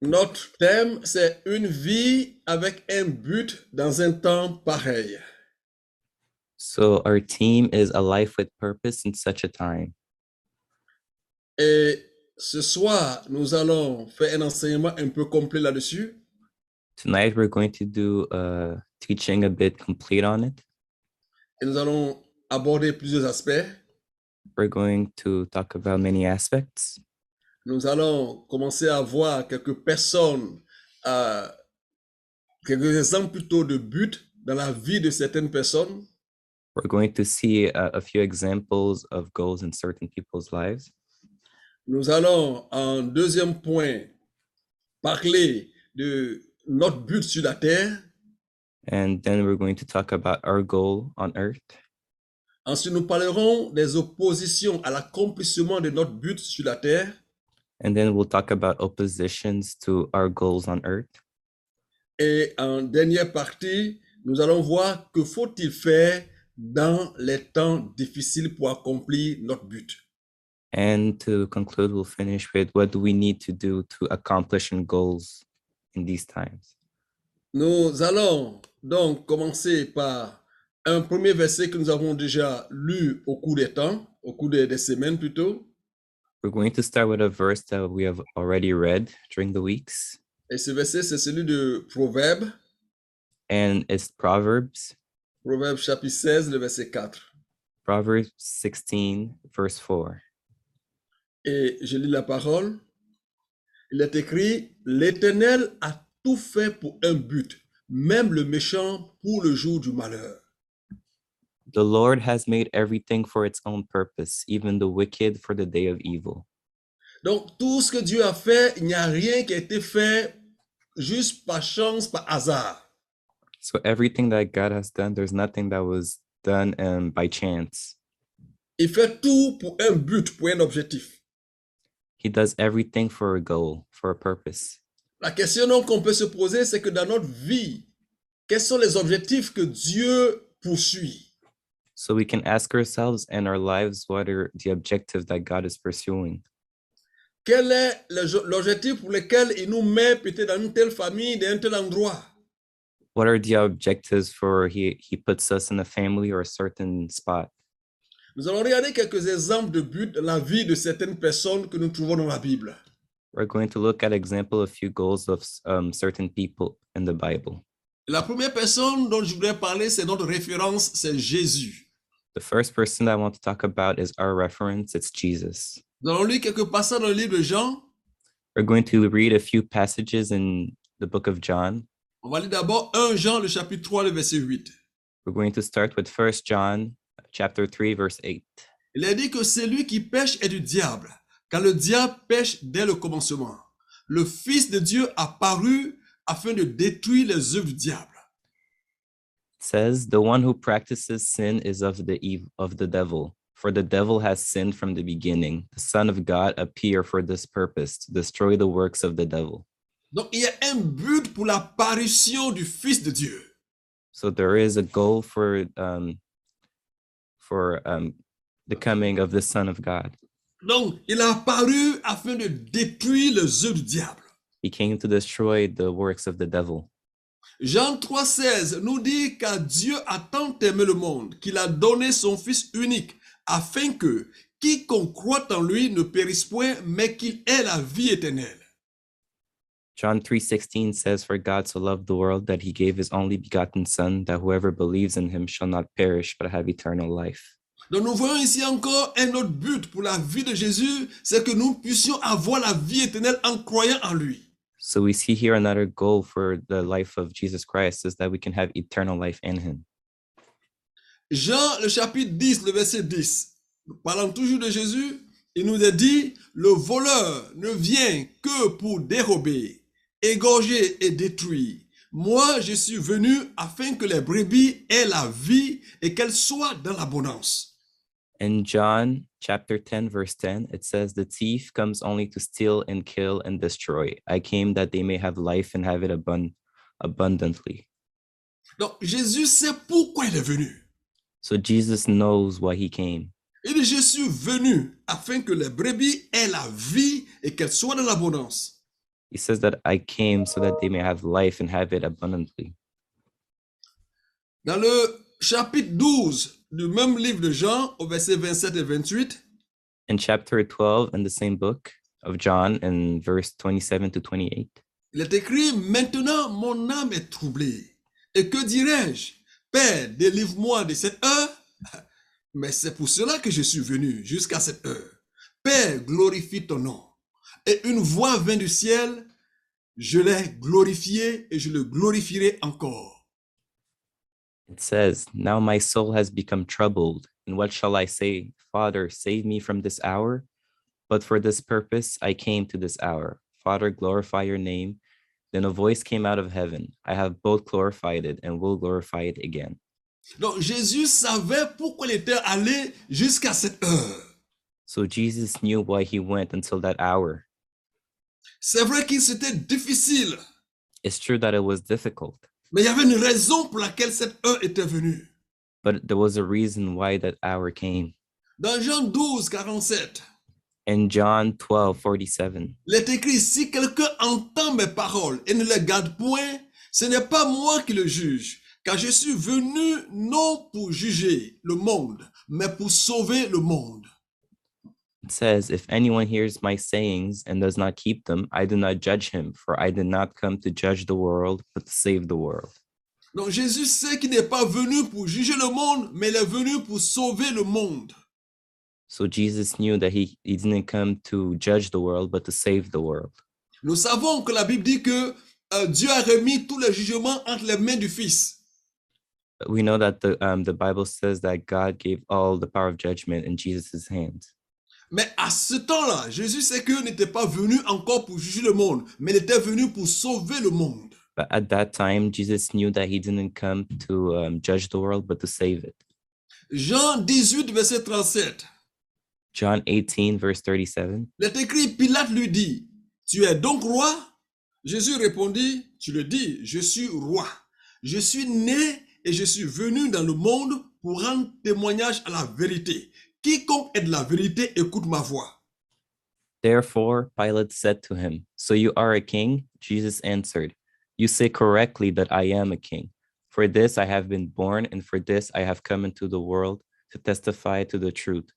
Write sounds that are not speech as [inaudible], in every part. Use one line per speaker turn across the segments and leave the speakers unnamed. Notre thème, c'est une vie avec un but dans un temps pareil.
So our theme is a life with purpose in such a time.
Et ce soir, nous allons faire un enseignement un peu complet là-dessus.
Tonight we're going to do uh, teaching a bit complete on it.
Et nous allons aborder plusieurs aspects.
We're going to talk about many aspects.
Nous allons commencer à voir quelques personnes, euh, quelques exemples plutôt de buts dans la vie de certaines personnes.
We're going to see uh, a few examples of goals in certain people's lives.
Nous allons, en deuxième point, parler de notre but sur la terre.
And then we're going to talk about our goal on earth.
Ensuite, nous parlerons des oppositions à l'accomplissement de notre but sur la terre.
And then we'll talk about oppositions to our goals on earth.
Et en dernière partie, nous allons voir que faut-il faire dans les temps difficiles pour accomplir notre but.
And to conclude, we'll finish with what do we need to do to accomplish in goals in these times.
Nous allons donc commencer par un premier verset que nous avons déjà lu au cours des temps, au cours des, des semaines plutôt,
We're going to start with a verse that we have already read during the weeks,
et ce verset c'est celui de Proverbe,
and it's Proverbs,
Proverbe chapitre 16, le verset 4.
Proverbs 16, verse 4.
Et je lis la parole. Il est écrit, l'Éternel a tout fait pour un but, même le méchant pour le jour du malheur.
The Lord has made everything for its own purpose, even the wicked for the day of evil.
Donc, tout ce que Dieu a fait, il n'y a rien qui a été fait juste par chance, par hasard.
So everything that God has done, there's nothing that was done um, by chance.
Il fait tout pour un but, pour un objectif.
He does everything for a goal, for a purpose.
La question donc qu'on peut se poser, c'est que dans notre vie, quels sont les objectifs que Dieu poursuit
So we can ask ourselves and our lives what are the objectives that God is pursuing?
Quel est le- l'objectif pour lequel il nous met peut-être dans une telle famille, dans un tel endroit
What are the objectives for he he puts us in a family or a certain spot?
Nous allons regarder quelques exemples de buts dans la vie de certaines personnes que nous trouvons dans la Bible.
We're going to look at example of few goals of s- um, certain people in the Bible.
La première personne dont je voudrais parler, c'est notre référence, c'est Jésus.
The first person that I want to talk about is our reference. It's Jesus.
Nous allons lire quelques passages dans le livre de Jean.
We're going to read a few passages in the book of John.
On va lire d'abord 1 Jean, le chapitre 3, le verset 8.
We're going to start with First John chapter three, verse eight.
Il est dit que celui qui pêche est du diable, car le diable pêche dès le commencement. Le Fils de Dieu a paru afin de détruire les œuvres du diable.
says the one who practices sin is of the ev- of the devil for the devil has sinned from the beginning the son of god appear for this purpose to destroy the works of the devil
Donc il y a un but pour l'apparition du Fils de Dieu.
so there is a goal for um for um the coming of the son of god
Donc il a paru afin de détruire les œuvres du diable.
he came to destroy the works of the devil
Jean 3,16 nous dit car Dieu a tant aimé le monde qu'il a donné son Fils unique afin que quiconque croit en lui ne périsse point, mais qu'il ait la vie éternelle.
john 3:16 says for god so loved the world that he gave his only begotten son that whoever believes in him shall not perish but have eternal life
Donc nous voyons ici encore un autre but pour la vie de Jésus, c'est que nous puissions avoir la vie éternelle en croyant en lui.
So we see here another goal for the life of Jesus Christ is that we can have eternal life in him.
Jean le chapitre 10, le verset 10, nous parlons toujours de Jésus, il nous est dit, le voleur ne vient que pour dérober, égorger et détruire. Moi, je suis venu afin que les brebis aient la vie et qu'elles soient dans l'abondance.
In John chapter 10 verse 10 it says the thief comes only to steal and kill and destroy. I came that they may have life and have it abun- abundantly.
Donc Jésus sait pourquoi il est venu.
So Jesus knows why he came.
Il dit, je suis venu afin que les brebis aient la vie et qu'elles soient dans l'abondance.
He says that I came so that they may have life and have it abundantly.
Dans le chapitre 12 du même livre de Jean, au verset 27 et 28,
In chapter 12 in the same book of John in verse 27 to 28,
il est écrit Maintenant mon âme est troublée. Et que dirais-je Père, délivre-moi de cette heure. [laughs] Mais c'est pour cela que je suis venu jusqu'à cette heure. Père, glorifie ton nom. Et une voix vint du ciel Je l'ai glorifié et je le glorifierai encore.
it says, Now my soul has become troubled, and what shall I say? Father, save me from this hour. But for this purpose I came to this hour. Father, glorify your name. Then a voice came out of heaven. I have both glorified it and will glorify it again.
Donc Jésus savait pourquoi il était allé jusqu'à cette heure.
So Jesus knew why he went until that hour.
C'est vrai qu'il c'était difficile,
It's true that it was difficult,
mais il y avait une raison pour laquelle cette heure était venue.
but there was a reason why that hour came.
Dans Jean 12, 47,
In John 12 47,
il est écrit, si quelqu'un entend mes paroles et ne les garde point, ce n'est pas moi qui le juge, car je suis venu non pour juger le monde, mais pour sauver le monde.
it says, If anyone hears my sayings and does not keep them, I do not judge him, for I did not come to judge the world, but to save the world.
Donc Jésus sait qu'il n'est pas venu pour juger le monde, mais il est venu pour sauver le monde.
So Jesus knew that he, he didn't come to judge the world, but to save the world.
Nous savons que la Bible dit que euh, Dieu a remis tous les jugements entre les mains du Fils.
But we know that the, um, the Bible says that God gave all the power of judgment in Jesus' hands.
Mais à ce temps-là, Jésus sait que n'était pas venu encore pour juger le monde, mais il était venu pour sauver le monde.
But at that time, Jesus knew that he didn't come to um, judge the world, but to save it.
Jean 18, verset 37.
John 18, verse 37.
Il est écrit, Pilate lui dit, Tu es donc roi Jésus répondit, Tu le dis, je suis roi. Je suis né et je suis venu dans le monde pour rendre témoignage à la vérité. Quiconque est de la vérité écoute ma voix.
Therefore, Pilate said to him, So you are a king? Jesus answered, You say correctly that I am a king. For this I have been born, and for this I have come into the world to testify to the truth.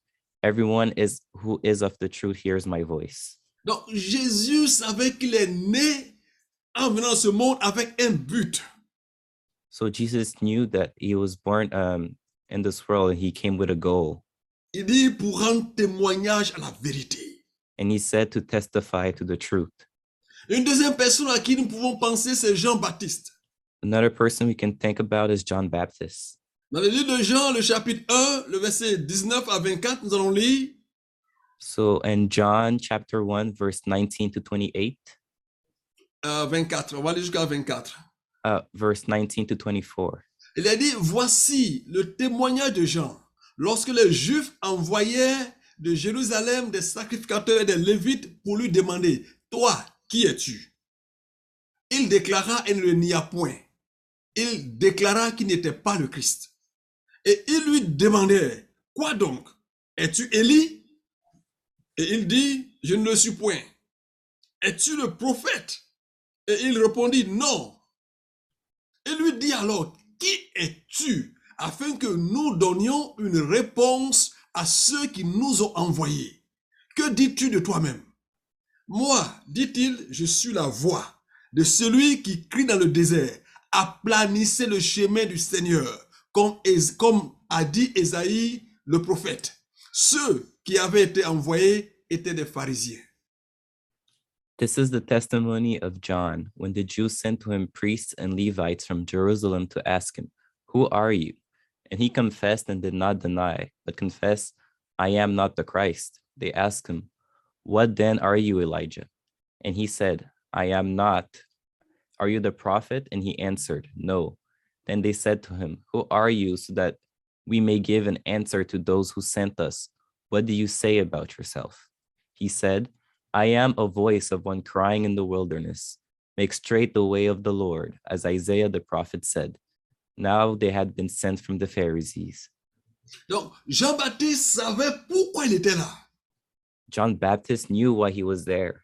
Everyone is who is of the truth hears my voice.
Donc Jésus savait qu'il est né en venant dans ce monde avec un but.
So Jesus knew that he was born um, in this world and he came with a goal.
Il dit pour rendre témoignage à la vérité.
And he said to testify to the truth.
Une deuxième personne à qui nous pouvons penser, c'est Jean-Baptiste.
Another person we can think about is John Baptist.
Dans le livre de Jean, le chapitre 1, le verset 19 à 24, nous allons lire.
So in John chapter 1, verse 19 to 28,
euh, 24, on va aller jusqu'à 24.
uh, verse 19 to 24,
Il a dit, voici le témoignage de Jean. Lorsque les Juifs envoyaient de Jérusalem des sacrificateurs et des Lévites pour lui demander, toi, qui es-tu Il déclara et ne le nia point. Il déclara qu'il n'était pas le Christ. Et il lui demandait, quoi donc Es-tu Élie Et il dit, je ne le suis point. Es-tu le prophète Et il répondit, non. Il lui dit alors, qui es-tu afin que nous donnions une réponse à ceux qui nous ont envoyés Que dis-tu de toi-même Moi, dit-il, je suis la voix de celui qui crie dans le désert, aplanissez le chemin du Seigneur, comme, És- comme a dit Ésaïe le prophète. Ceux qui avaient été envoyés étaient des pharisiens.
this is the testimony of John when the Jews sent to him priests and Levites from Jerusalem to ask him, Who are you? And he confessed and did not deny, but confessed, I am not the Christ. They asked him, What then are you, Elijah? And he said, I am not. Are you the prophet? And he answered, No. Then they said to him, Who are you, so that we may give an answer to those who sent us? What do you say about yourself? He said, I am a voice of one crying in the wilderness, Make straight the way of the Lord, as Isaiah the prophet said. Now they had been sent from the Pharisees.
Donc, Jean-Baptiste savait pourquoi il était là.
John Baptist knew why he was there.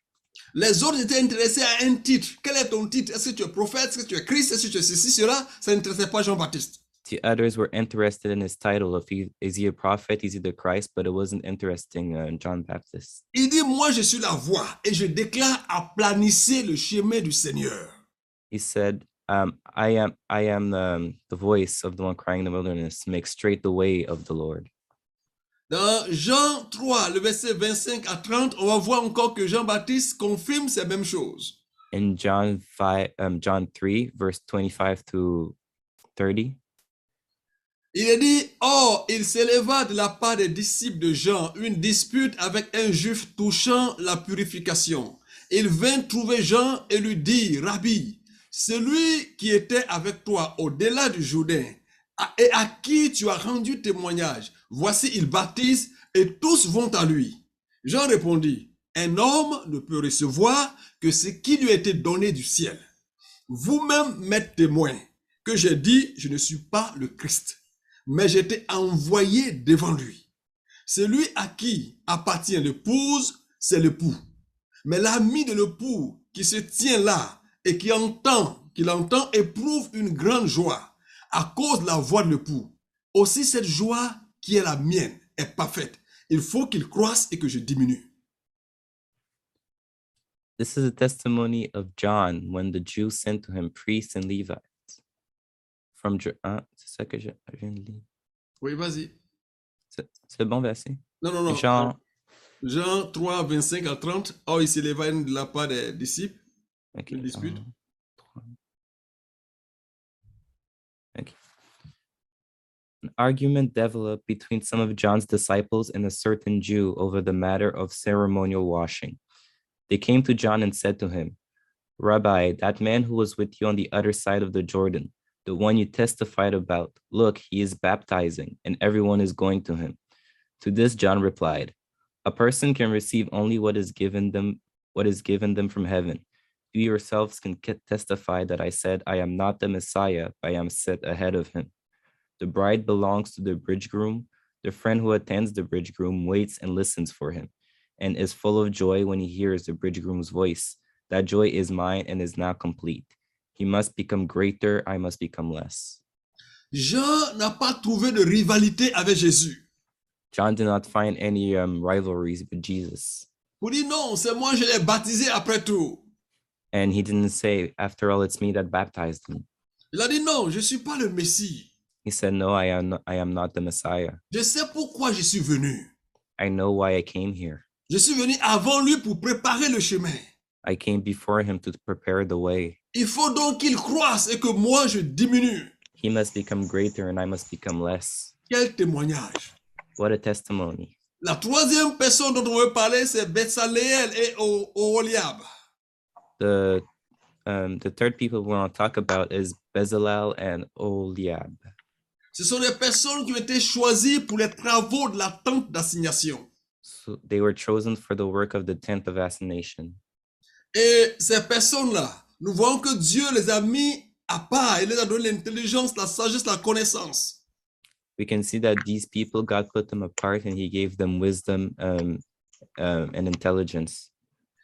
Les autres étaient intéressés à un titre. Quel est ton titre Est-ce que tu es prophète Est-ce que tu es Christ Est-ce que tu es ceci, cela Ça n'intéressait pas Jean-Baptiste.
The others were interested in his title of he, is he a prophet, is he the Christ, but it wasn't interesting uh, John Baptist.
Il dit, moi je suis la voie et je déclare à planisser le chemin du Seigneur.
He said, um, "I am I am um, the voice of the one crying in the wilderness, make straight the way of the Lord."
Dans Jean 3, le verset 25 à 30, on va voir encore que Jean-Baptiste confirme ces mêmes choses.
In John five, um, John three, verse twenty-five to thirty.
Il est dit, Or, il s'éleva de la part des disciples de Jean une dispute avec un juif touchant la purification. Il vint trouver Jean et lui dit, Rabbi, celui qui était avec toi au-delà du Jourdain à- et à qui tu as rendu témoignage, voici il baptise et tous vont à lui. Jean répondit, Un homme ne peut recevoir que ce qui lui a été donné du ciel. Vous-même m'êtes témoin que j'ai dit, je ne suis pas le Christ mais j'étais envoyé devant lui. Celui à qui appartient l'épouse, c'est l'époux. Mais l'ami de l'époux qui se tient là et qui entend, qui l'entend, éprouve une grande joie à cause de la voix de l'époux. Aussi cette joie qui est la mienne est parfaite. Il faut qu'il croisse et que je diminue.
This is a testimony of John when the Jews sent to him priests and Levites. From Ju- ah, c'est ça que je, je viens de lire.
Oui, vas-y.
C'est c'est le bon verset.
Non, non, non.
Jean,
Jean 3, 25 à 30. Oh, il s'éleva de la part des disciples.
Okay,
dispute.
un, trois. Okay. An argument developed between some of John's disciples and a certain Jew over the matter of ceremonial washing. They came to John and said to him, Rabbi, that man who was with you on the other side of the Jordan, the one you testified about, look, he is baptizing, and everyone is going to him. To this, John replied, A person can receive only what is given them, what is given them from heaven. You yourselves can ca- testify that I said, I am not the Messiah, but I am set ahead of him. The bride belongs to the bridegroom. The friend who attends the bridegroom waits and listens for him, and is full of joy when he hears the bridegroom's voice. That joy is mine and is not complete. He must become greater, I must become less.
Jean n'a pas trouvé de rivalité avec Jésus.
John did not find any um, rivalries with Jesus,
Pour dire non, c'est moi, je l'ai baptisé après tout.
and he didn't say, After all, it's me that baptized him.
Il a dit non, je ne suis pas le Messie.
He said, No, I am, not, I am not the Messiah.
Je sais pourquoi je suis venu.
I know why I came here.
Je suis venu avant lui pour préparer le chemin.
I came before him to prepare the way.
Il faut donc qu'il croisse et que moi je diminue.
He must become greater and I must become less.
Quel témoignage.
What a testimony.
La troisième personne dont on veut parler, c'est Betsaléel et O- Oholiab.
The um, the third people we want to talk about is Bezalel and Oliab.
Ce sont des personnes qui ont été choisies pour les travaux de la tente d'assignation.
So they were chosen for the work of the tenth of assignation.
Et ces personnes-là, nous voyons que Dieu les a mis à part. Il les a donné l'intelligence, la sagesse, la connaissance.
We can see that these people God put them apart and He gave them wisdom um, um, and intelligence.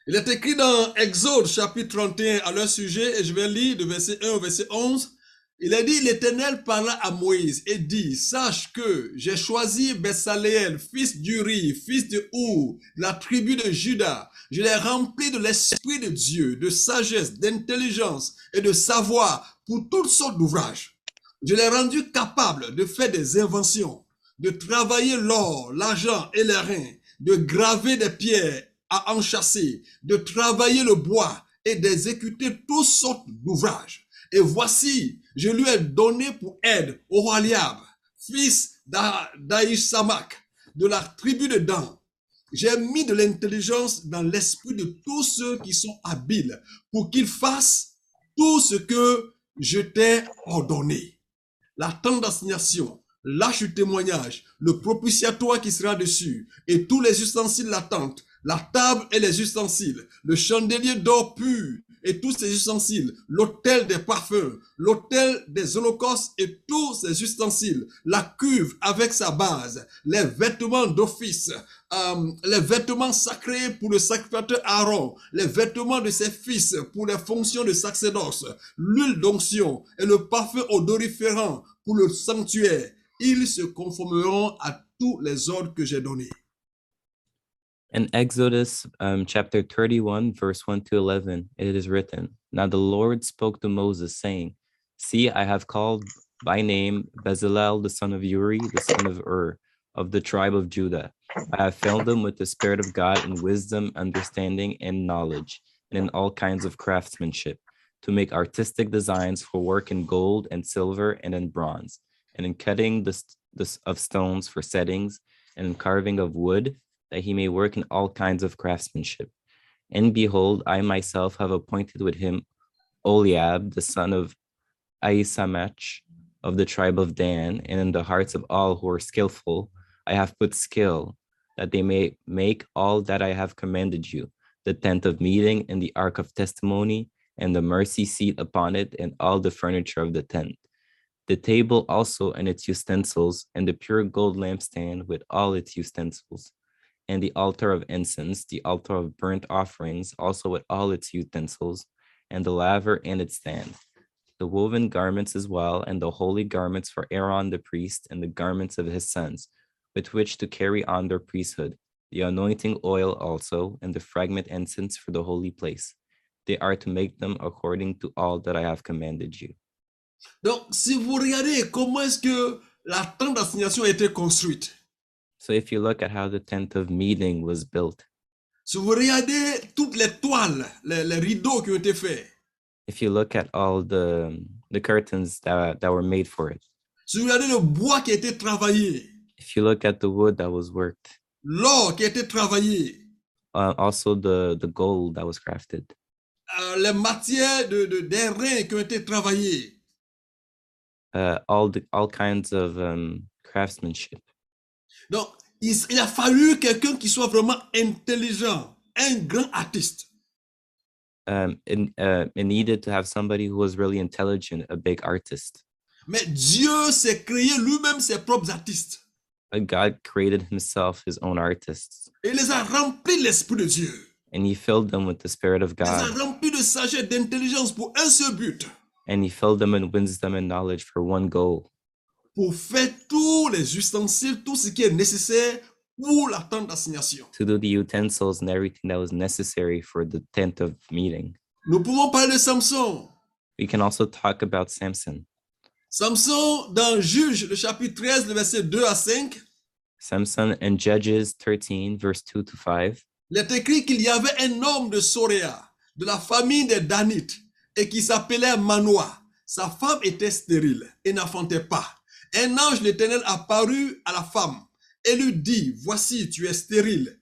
Il est écrit dans Exode chapitre 31 à leur sujet, et je vais lire de verset 1 au verset 11. Il est dit, l'Éternel parla à Moïse et dit, sache que j'ai choisi Bessaléel, fils d'Uri, fils de Hou, de la tribu de Juda. Je l'ai rempli de l'Esprit de Dieu, de sagesse, d'intelligence et de savoir pour toutes sortes d'ouvrages. Je l'ai rendu capable de faire des inventions, de travailler l'or, l'argent et les reins, de graver des pierres à enchâsser, de travailler le bois et d'exécuter toutes sortes d'ouvrages. Et voici, je lui ai donné pour aide Oholiab, fils d'A- d'Aïsamak, de la tribu de Dan. J'ai mis de l'intelligence dans l'esprit de tous ceux qui sont habiles pour qu'ils fassent tout ce que je t'ai ordonné. La tente d'assignation, l'arche du témoignage, le propitiatoire qui sera dessus et tous les ustensiles de la tente, la table et les ustensiles, le chandelier d'or pur et tous ses ustensiles, l'autel des parfums, l'autel des holocaustes et tous ses ustensiles, la cuve avec sa base, les vêtements d'office, euh, les vêtements sacrés pour le sacrificateur Aaron, les vêtements de ses fils pour les fonctions de sacerdoce, l'huile d'onction et le parfum odoriférant pour le sanctuaire. Ils se conformeront à tous les ordres que j'ai donnés.
In Exodus um, chapter 31, verse 1 to 11, it is written Now the Lord spoke to Moses, saying, See, I have called by name Bezalel, the son of Uri, the son of Ur, of the tribe of Judah. I have filled him with the Spirit of God in wisdom, understanding, and knowledge, and in all kinds of craftsmanship, to make artistic designs for work in gold and silver and in bronze, and in cutting the, st- the s- of stones for settings, and in carving of wood that he may work in all kinds of craftsmanship. And behold, I myself have appointed with him Oliab, the son of Aisamach of the tribe of Dan, and in the hearts of all who are skillful, I have put skill, that they may make all that I have commanded you the tent of meeting, and the ark of testimony, and the mercy seat upon it, and all the furniture of the tent. The table also and its utensils, and the pure gold lampstand with all its utensils and the altar of incense, the altar of burnt offerings, also with all its utensils, and the laver and its stand, the woven garments as well, and the holy garments for Aaron the priest, and the garments of his sons, with which to carry on their priesthood, the anointing oil also, and the fragment incense for the holy place. They are to make them according to all that I have commanded you.
Donc, si vous regardez comment est-ce que la tente d'assignation a été construite,
So if you look at how the tent of meeting was built,
si vous regardez toutes les toiles, les, les rideaux qui ont été faits,
if you look at all the um, the curtains that, that were made for it,
si vous regardez le bois qui a été travaillé,
if you look at the wood that was worked,
l'or qui a été travaillé,
uh, also the the gold that was crafted,
euh, les matières de, de, des reins qui ont été travaillées,
uh, all the all kinds of um, craftsmanship.
donc il, s- il a fallu quelqu'un qui soit vraiment intelligent, un grand artiste.
Um, and uh, it needed to have somebody who was really intelligent, a big artist.
Mais Dieu s'est créé lui-même ses propres artistes.
Uh, God created Hhimself His own artists,
Et il les a remplis de l'Esprit de Dieu.
and He filled them with the Spirit of
Il les a
God,
remplis de sagesse, d'intelligence pour un seul but,
and He filled them in wisdom and knowledge for one goal,
pour faire tous les ustensiles, tout ce qui est nécessaire pour la tente d'assignation.
to do the utensils and everything that was necessary for the tent of meeting.
Nous pouvons parler de Samson.
We can also talk about Samson.
Samson, dans Juge, le chapitre 13, le verset 2 à 5,
Samson in Judges 13, verse 2 to 5.
il est écrit qu'il y avait un homme de Soréa, de la famille des Danites, et qui s'appelait Manoah. Sa femme était stérile et n'enfantait pas. Un ange de l'Éternel apparut à la femme et lui dit, voici, tu es stérile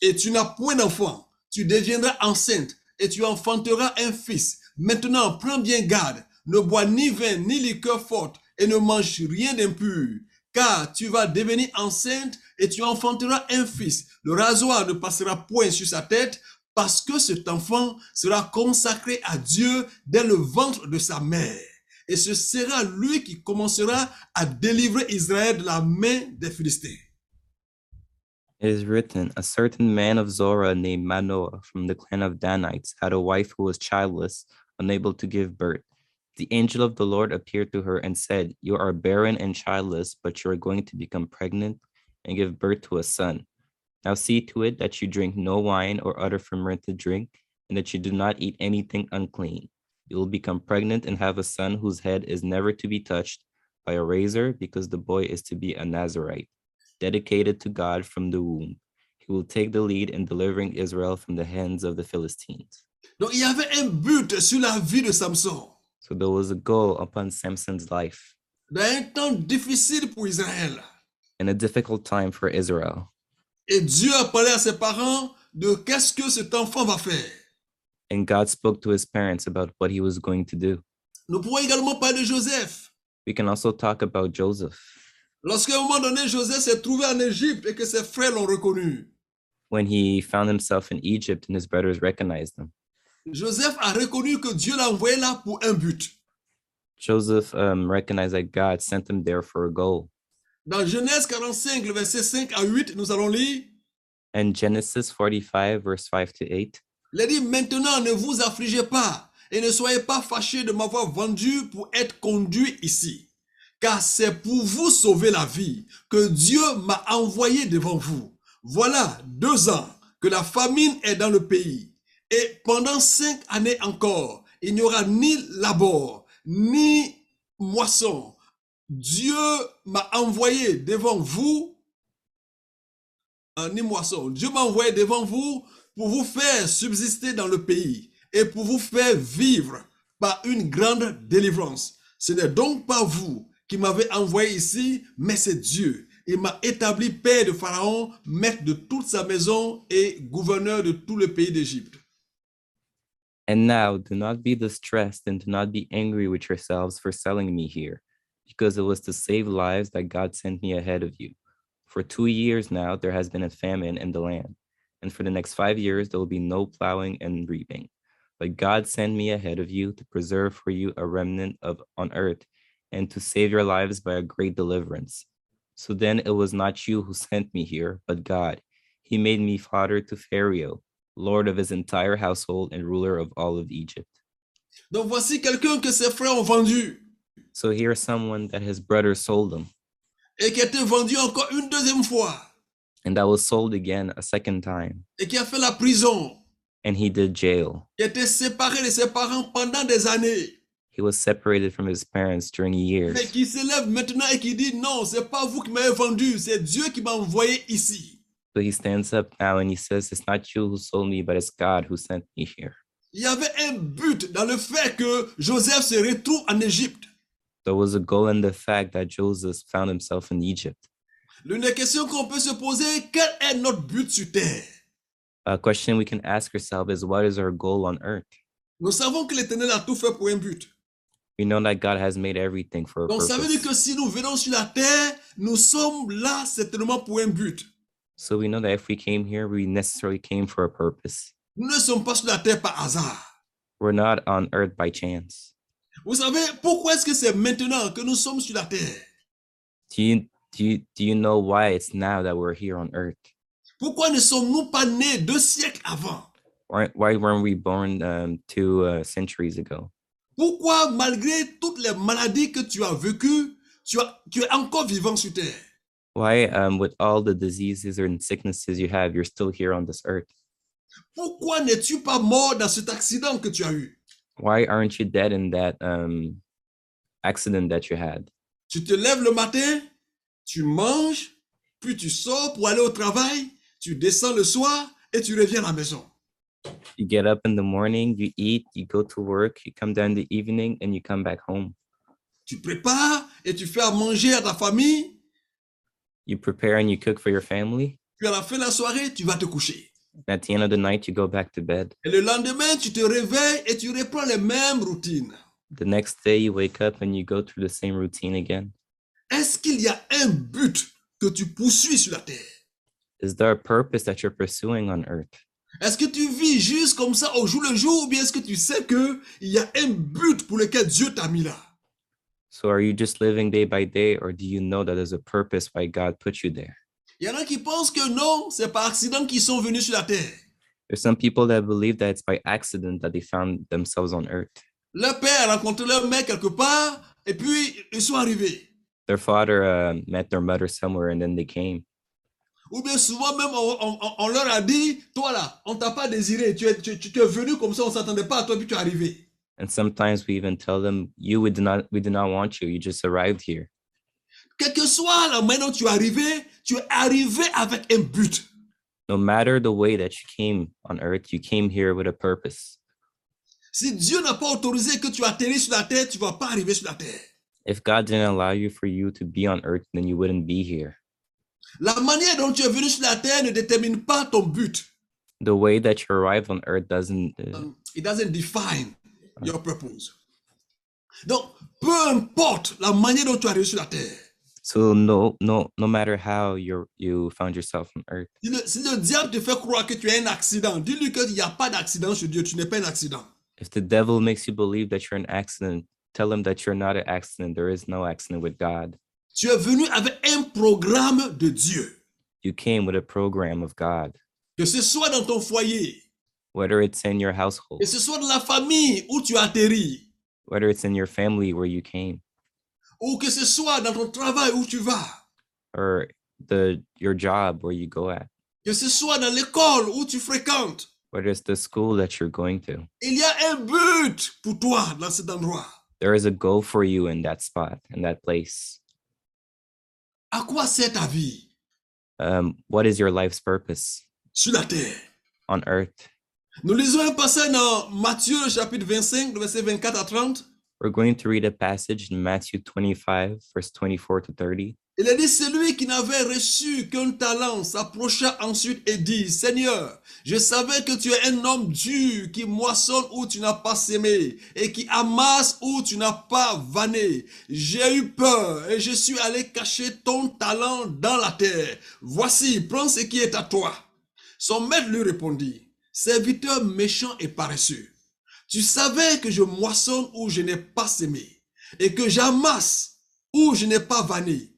et tu n'as point d'enfant. Tu deviendras enceinte et tu enfanteras un fils. Maintenant, prends bien garde. Ne bois ni vin ni liqueur forte et ne mange rien d'impur. Car tu vas devenir enceinte et tu enfanteras un fils. Le rasoir ne passera point sur sa tête parce que cet enfant sera consacré à Dieu dès le ventre de sa mère. Et ce sera lui qui commencera à délivrer Israël de la main des Philistins.
It is written, A certain man of Zorah named Manoah from the clan of Danites had a wife who was childless, unable to give birth. The angel of the Lord appeared to her and said, You are barren and childless, but you are going to become pregnant and give birth to a son. Now see to it that you drink no wine or other fermented drink, and that you do not eat anything unclean. You will become pregnant and have a son whose head is never to be touched by a razor, because the boy is to be a Nazarite dedicated to God from the womb. He will take the lead in delivering Israel from the hands of the Philistines.
Donc il y avait un but sur la vie de Samson.
So there was a goal upon Samson's life
dans un temps difficile pour Israël.
and a difficult time for Israel.
Et Dieu a parlé à ses parents de qu'est-ce que cet enfant va faire.
And God spoke to his parents about what he was going to do.
Nous pouvons également parler de Joseph.
We can also talk about Joseph.
Lorsqu'à un moment donné, Joseph s'est trouvé en Égypte et que ses frères l'ont reconnu.
When he found himself in Egypt and his brothers recognized him,
Joseph a reconnu que Dieu l'a envoyé là pour un but.
Joseph um, recognized that God sent him there for a goal.
Dans Genèse 45, le verset 5 à 8, nous allons lire.
And Genesis 45, verse 5 to 8,
Il a dit, maintenant ne vous affligez pas et ne soyez pas fâchés de m'avoir vendu pour être conduit ici. Car c'est pour vous sauver la vie que Dieu m'a envoyé devant vous. Voilà deux ans que la famine est dans le pays. Et pendant cinq années encore, il n'y aura ni labor, ni moisson. Dieu m'a envoyé devant vous, euh, ni moisson. Dieu m'a envoyé devant vous pour vous faire subsister dans le pays et pour vous faire vivre par une grande délivrance. Ce n'est donc pas vous qui m'avez envoyé ici, mais c'est Dieu. Il m'a établi père de Pharaon, maître de toute sa maison et gouverneur de tout le pays d'Égypte.
And now do not be distressed and do not be angry with yourselves for selling me here, because it was to save lives that God sent me ahead of you. For two years now there has been a famine in the land, and for the next five years there will be no plowing and reaping. But God sent me ahead of you to preserve for you a remnant of on earth and to save your lives by a great deliverance. So then it was not you who [laughs] sent me here, but God. He made me father to Pharaoh, lord of his entire household and ruler of all of Egypt.
Donc voici quelqu'un que ses frères ont vendu
So here's someone that his brother sold him,
et qui a été vendu encore une deuxième fois
and that was sold again a second time,
et qui a fait la prison,
and he did jail.
qui a été séparé de ses parents pendant des années,
He was separated from his parents during
mais
years,
qui s'élève maintenant et qui dit non, c'est pas vous qui m'avez vendu, c'est Dieu qui m'a envoyé ici.
but he stands up now and he says, It's not you who sold me, but it's God who sent me here.
Il y avait un but dans le fait que Joseph se retrouve en Égypte.
There was a goal in the fact that Joseph found himself in Egypt.
L'une des questions qu'on peut se poser, quel est notre but sur terre
A question we can ask ourselves is, What is our goal on earth?
Nous savons que l'Éternel a tout fait pour un but.
We know that God has made everything for a
Donc ça veut
purpose.
dire que si nous venons sur la terre, nous sommes là certainement pour un but.
So we know that if we came here, we necessarily came for a purpose.
Nous ne sommes pas sur la terre par hasard.
We're not on earth by chance.
Vous savez, pourquoi est-ce que c'est maintenant que nous sommes sur la terre
Do you do you do you know why it's now that we're here on earth?
Pourquoi ne sommes-nous pas nés deux siècles avant
Why why weren't we born um, two uh, centuries ago?
Pourquoi, malgré toutes les maladies que tu as vécues, tu, as- tu es encore vivant sur terre
Why um with all the diseases and sicknesses you have, you're still here on this earth?
Pourquoi n'es-tu pas mort dans cet accident que tu as eu
Why aren't you dead in that um accident that you had?
Tu te lèves le matin, tu manges, puis tu sors pour aller au travail, tu descends le soir et tu reviens à la maison.
You get up in the morning, you eat, you go to work, you come down in the evening, and you come back home.
Tu prépares et tu fais à manger à ta famille,
You prepare and you cook for your family.
puis à la fin de la soirée, tu vas te coucher.
and at the end of the night, you go back to bed.
Et le lendemain, tu te réveilles et tu reprends les mêmes routines.
The next day, you wake up and you go through the same routine again.
Est-ce qu'il y a un but que tu poursuis sur la terre
Is there a purpose that you're pursuing on earth?
Est-ce que tu vis juste comme ça au jour le jour ou bien est-ce que tu sais qu'il y a un but pour lequel Dieu t'a mis là
So are you just living day by day, or do you know that there's a purpose why God put you there?
Il y en a qui pensent que non, c'est par accident qu'ils sont venus sur la terre.
There's some people that believe that it's by accident that they found themselves on earth.
Leur père a rencontré leur mère quelque part et puis ils sont arrivés.
Their father uh, met their mother somewhere and then they came.
Ou bien souvent même on, on- on- on leur a dit, toi là, on t'a pas désiré, tu es, tu, tu- tu es venu comme ça, on s'attendait pas à toi puis tu es arrivé.
And sometimes we even tell them, "You, we did not, we did not want you. You just arrived here."
Quelle que soit la manière dont tu es arrivé, tu es arrivé avec un but.
No matter the way that you came on earth, you came here with a purpose.
Si Dieu n'a pas autorisé que tu atterrisses sur la terre, tu vas pas arriver sur la terre.
If God didn't allow you for you to be on earth, then you wouldn't be here.
La manière dont tu es venu sur la terre ne détermine pas ton but.
the way that you arrive on earth doesn't uh,
Um, It doesn't define your purpose. Donc, peu importe la manière dont tu arrives sur la terre,
So no no no matter how you you found yourself on earth,
Si le, si le diable te fait croire que tu es un accident, dis-lui qu'il n'y a pas d'accident chez Dieu, tu n'es pas un accident.
if the devil makes you believe that you're an accident, tell him that you're not an accident. There is no accident with God.
Tu es venu avec un programme de Dieu.
You came with a program of God,
Que ce soit dans ton foyer,
whether it's in your household,
que ce soit dans la famille où tu atterris,
whether it's in your family where you came,
ou que ce soit dans ton travail où tu vas,
or the your job where you go at,
que ce soit dans l'école où tu fréquentes.
whether it's the school that you're going to.
Il y a un but pour toi dans cet endroit.
There is a goal for you in that spot, in that place.
À quoi sert ta vie
Um, what is your life's purpose
sur la terre
on earth?
Nous lisons un passage dans Matthieu, le chapitre 25, le verset 24 à 30.
We're going to read a passage in Matthew 25, verse 24 to 30.
Il a dit, celui qui n'avait reçu qu'un talent s'approcha ensuite et dit, Seigneur, je savais que tu es un homme dur qui moissonne où tu n'as pas semé et qui amasse où tu n'as pas vanné. J'ai eu peur et je suis allé cacher ton talent dans la terre. Voici, prends ce qui est à toi. Son maître lui répondit, Serviteur méchant et paresseux, tu savais que je moissonne où je n'ai pas semé et que j'amasse où je n'ai pas vanné.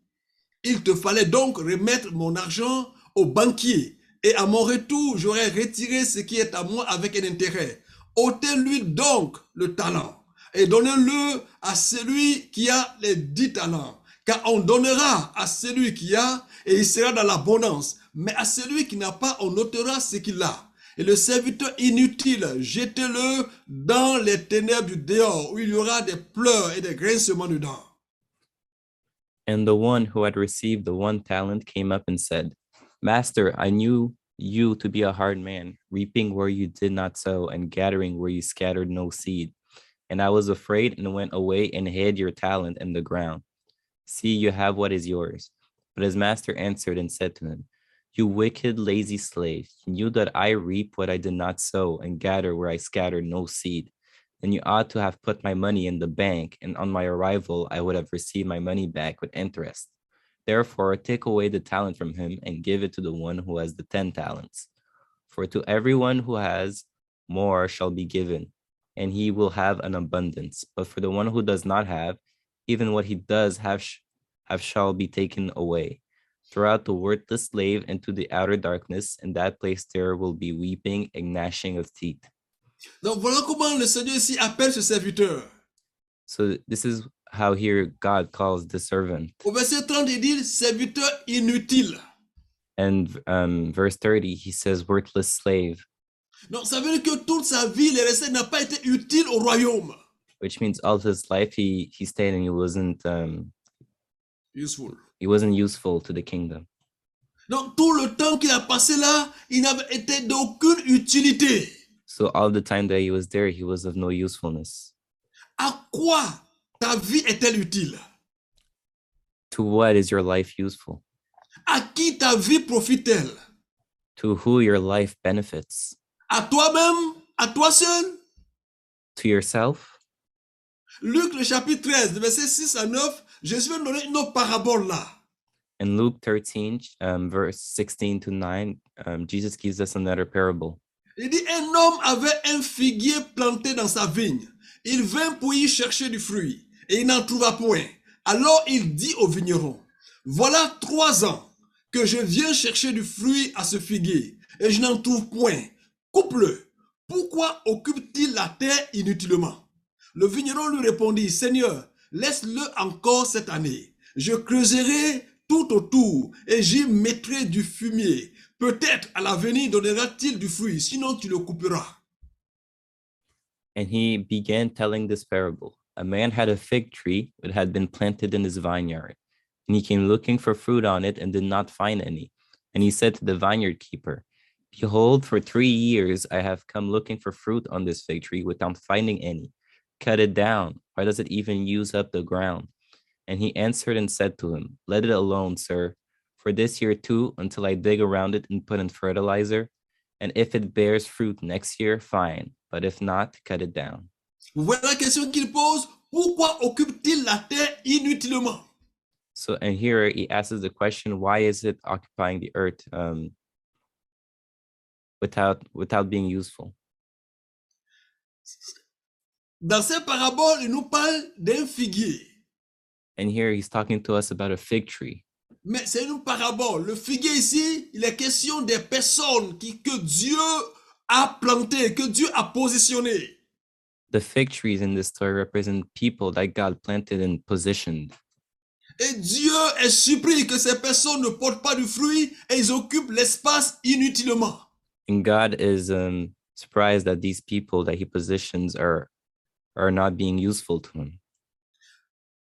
Il te fallait donc remettre mon argent au banquier, et à mon retour, j'aurais retiré ce qui est à moi avec un intérêt. Ôtez-lui donc le talent, et donnez-le à celui qui a les dix talents, car on donnera à celui qui a, et il sera dans l'abondance, mais à celui qui n'a pas, on ôtera ce qu'il a. Et le serviteur inutile, jetez-le dans les ténèbres du dehors, où il y aura des pleurs et des grincements de dents.
And the one who had received the one talent came up and said, Master, I knew you to be a hard man, reaping where you did not sow and gathering where you scattered no seed. And I was afraid and went away and hid your talent in the ground. See, you have what is yours. But his master answered and said to him, You wicked, lazy slave, you knew that I reap what I did not sow and gather where I scattered no seed. Then you ought to have put my money in the bank, and on my arrival, I would have received my money back with interest. Therefore, take away the talent from him and give it to the one who has the 10 talents. For to everyone who has, more shall be given, and he will have an abundance. But for the one who does not have, even what he does have, sh- have shall be taken away. Throw out the worthless slave into the outer darkness, in that place there will be weeping and gnashing of teeth.
Donc voilà comment le Seigneur ici appelle ce serviteur.
So this is how here God calls the servant.
Au verset 30, il dit serviteur inutile.
And um, verse 30, he says, worthless slave,
Donc ça veut dire que toute sa vie, il est resté, n'a pas été utile au royaume.
which means all his life he he stayed and he wasn't um,
Useful.
he wasn't useful to the kingdom.
Donc tout le temps qu'il a passé là, il n'avait été d'aucune utilité.
So all the time that he was there, he was of no usefulness.
À quoi ta vie est-elle utile
To what is your life useful?
À qui ta vie profite-t-elle
To who your life benefits?
À toi-même À toi seul
To yourself?
Luc, le chapitre 13, le verset 6 à 9, Jésus va nous donner une autre parabole là.
In Luke 13, um, verse 16 to 9, um, Jesus gives us another parable.
Il dit, un homme avait un figuier planté dans sa vigne. Il vint pour y chercher du fruit et il n'en trouva point. Alors il dit au vigneron, voilà trois ans que je viens chercher du fruit à ce figuier et je n'en trouve point. Coupe-le. Pourquoi occupe-t-il la terre inutilement Le vigneron lui répondit, Seigneur, laisse-le encore cette année. Je creuserai tout autour et j'y mettrai du fumier. Peut-être à l'avenir donnera-t-il du fruit, sinon tu le couperas.
And he began telling this parable. A man had a fig tree that had been planted in his vineyard, and he came looking for fruit on it and did not find any. And he said to the vineyard keeper, Behold, for three years I have come looking for fruit on this fig tree without finding any. Cut it down. Why does it even use up the ground? And he answered and said to him, Let it alone, sir, for this year too, until I dig around it and put in fertilizer. And if it bears fruit next year, fine. But if not, cut it down.
Vous voyez la question qu'il pose, pourquoi occupe-t-il la terre inutilement
So So, and here he asks the question, why is it occupying the earth um, without without being useful?
Dans ces paraboles, il nous parle d'un figuier.
And here he's talking to us about a fig tree.
Mais c'est une parabole. Le figuier ici, il est question des personnes qui, que Dieu a plantées, que Dieu a positionnées.
The fig trees in this story represent people that God planted and positioned.
Et Dieu est surpris que ces personnes ne portent pas du fruit et ils occupent l'espace inutilement.
And God is um, surprised that these people that he positions are are not being useful to him.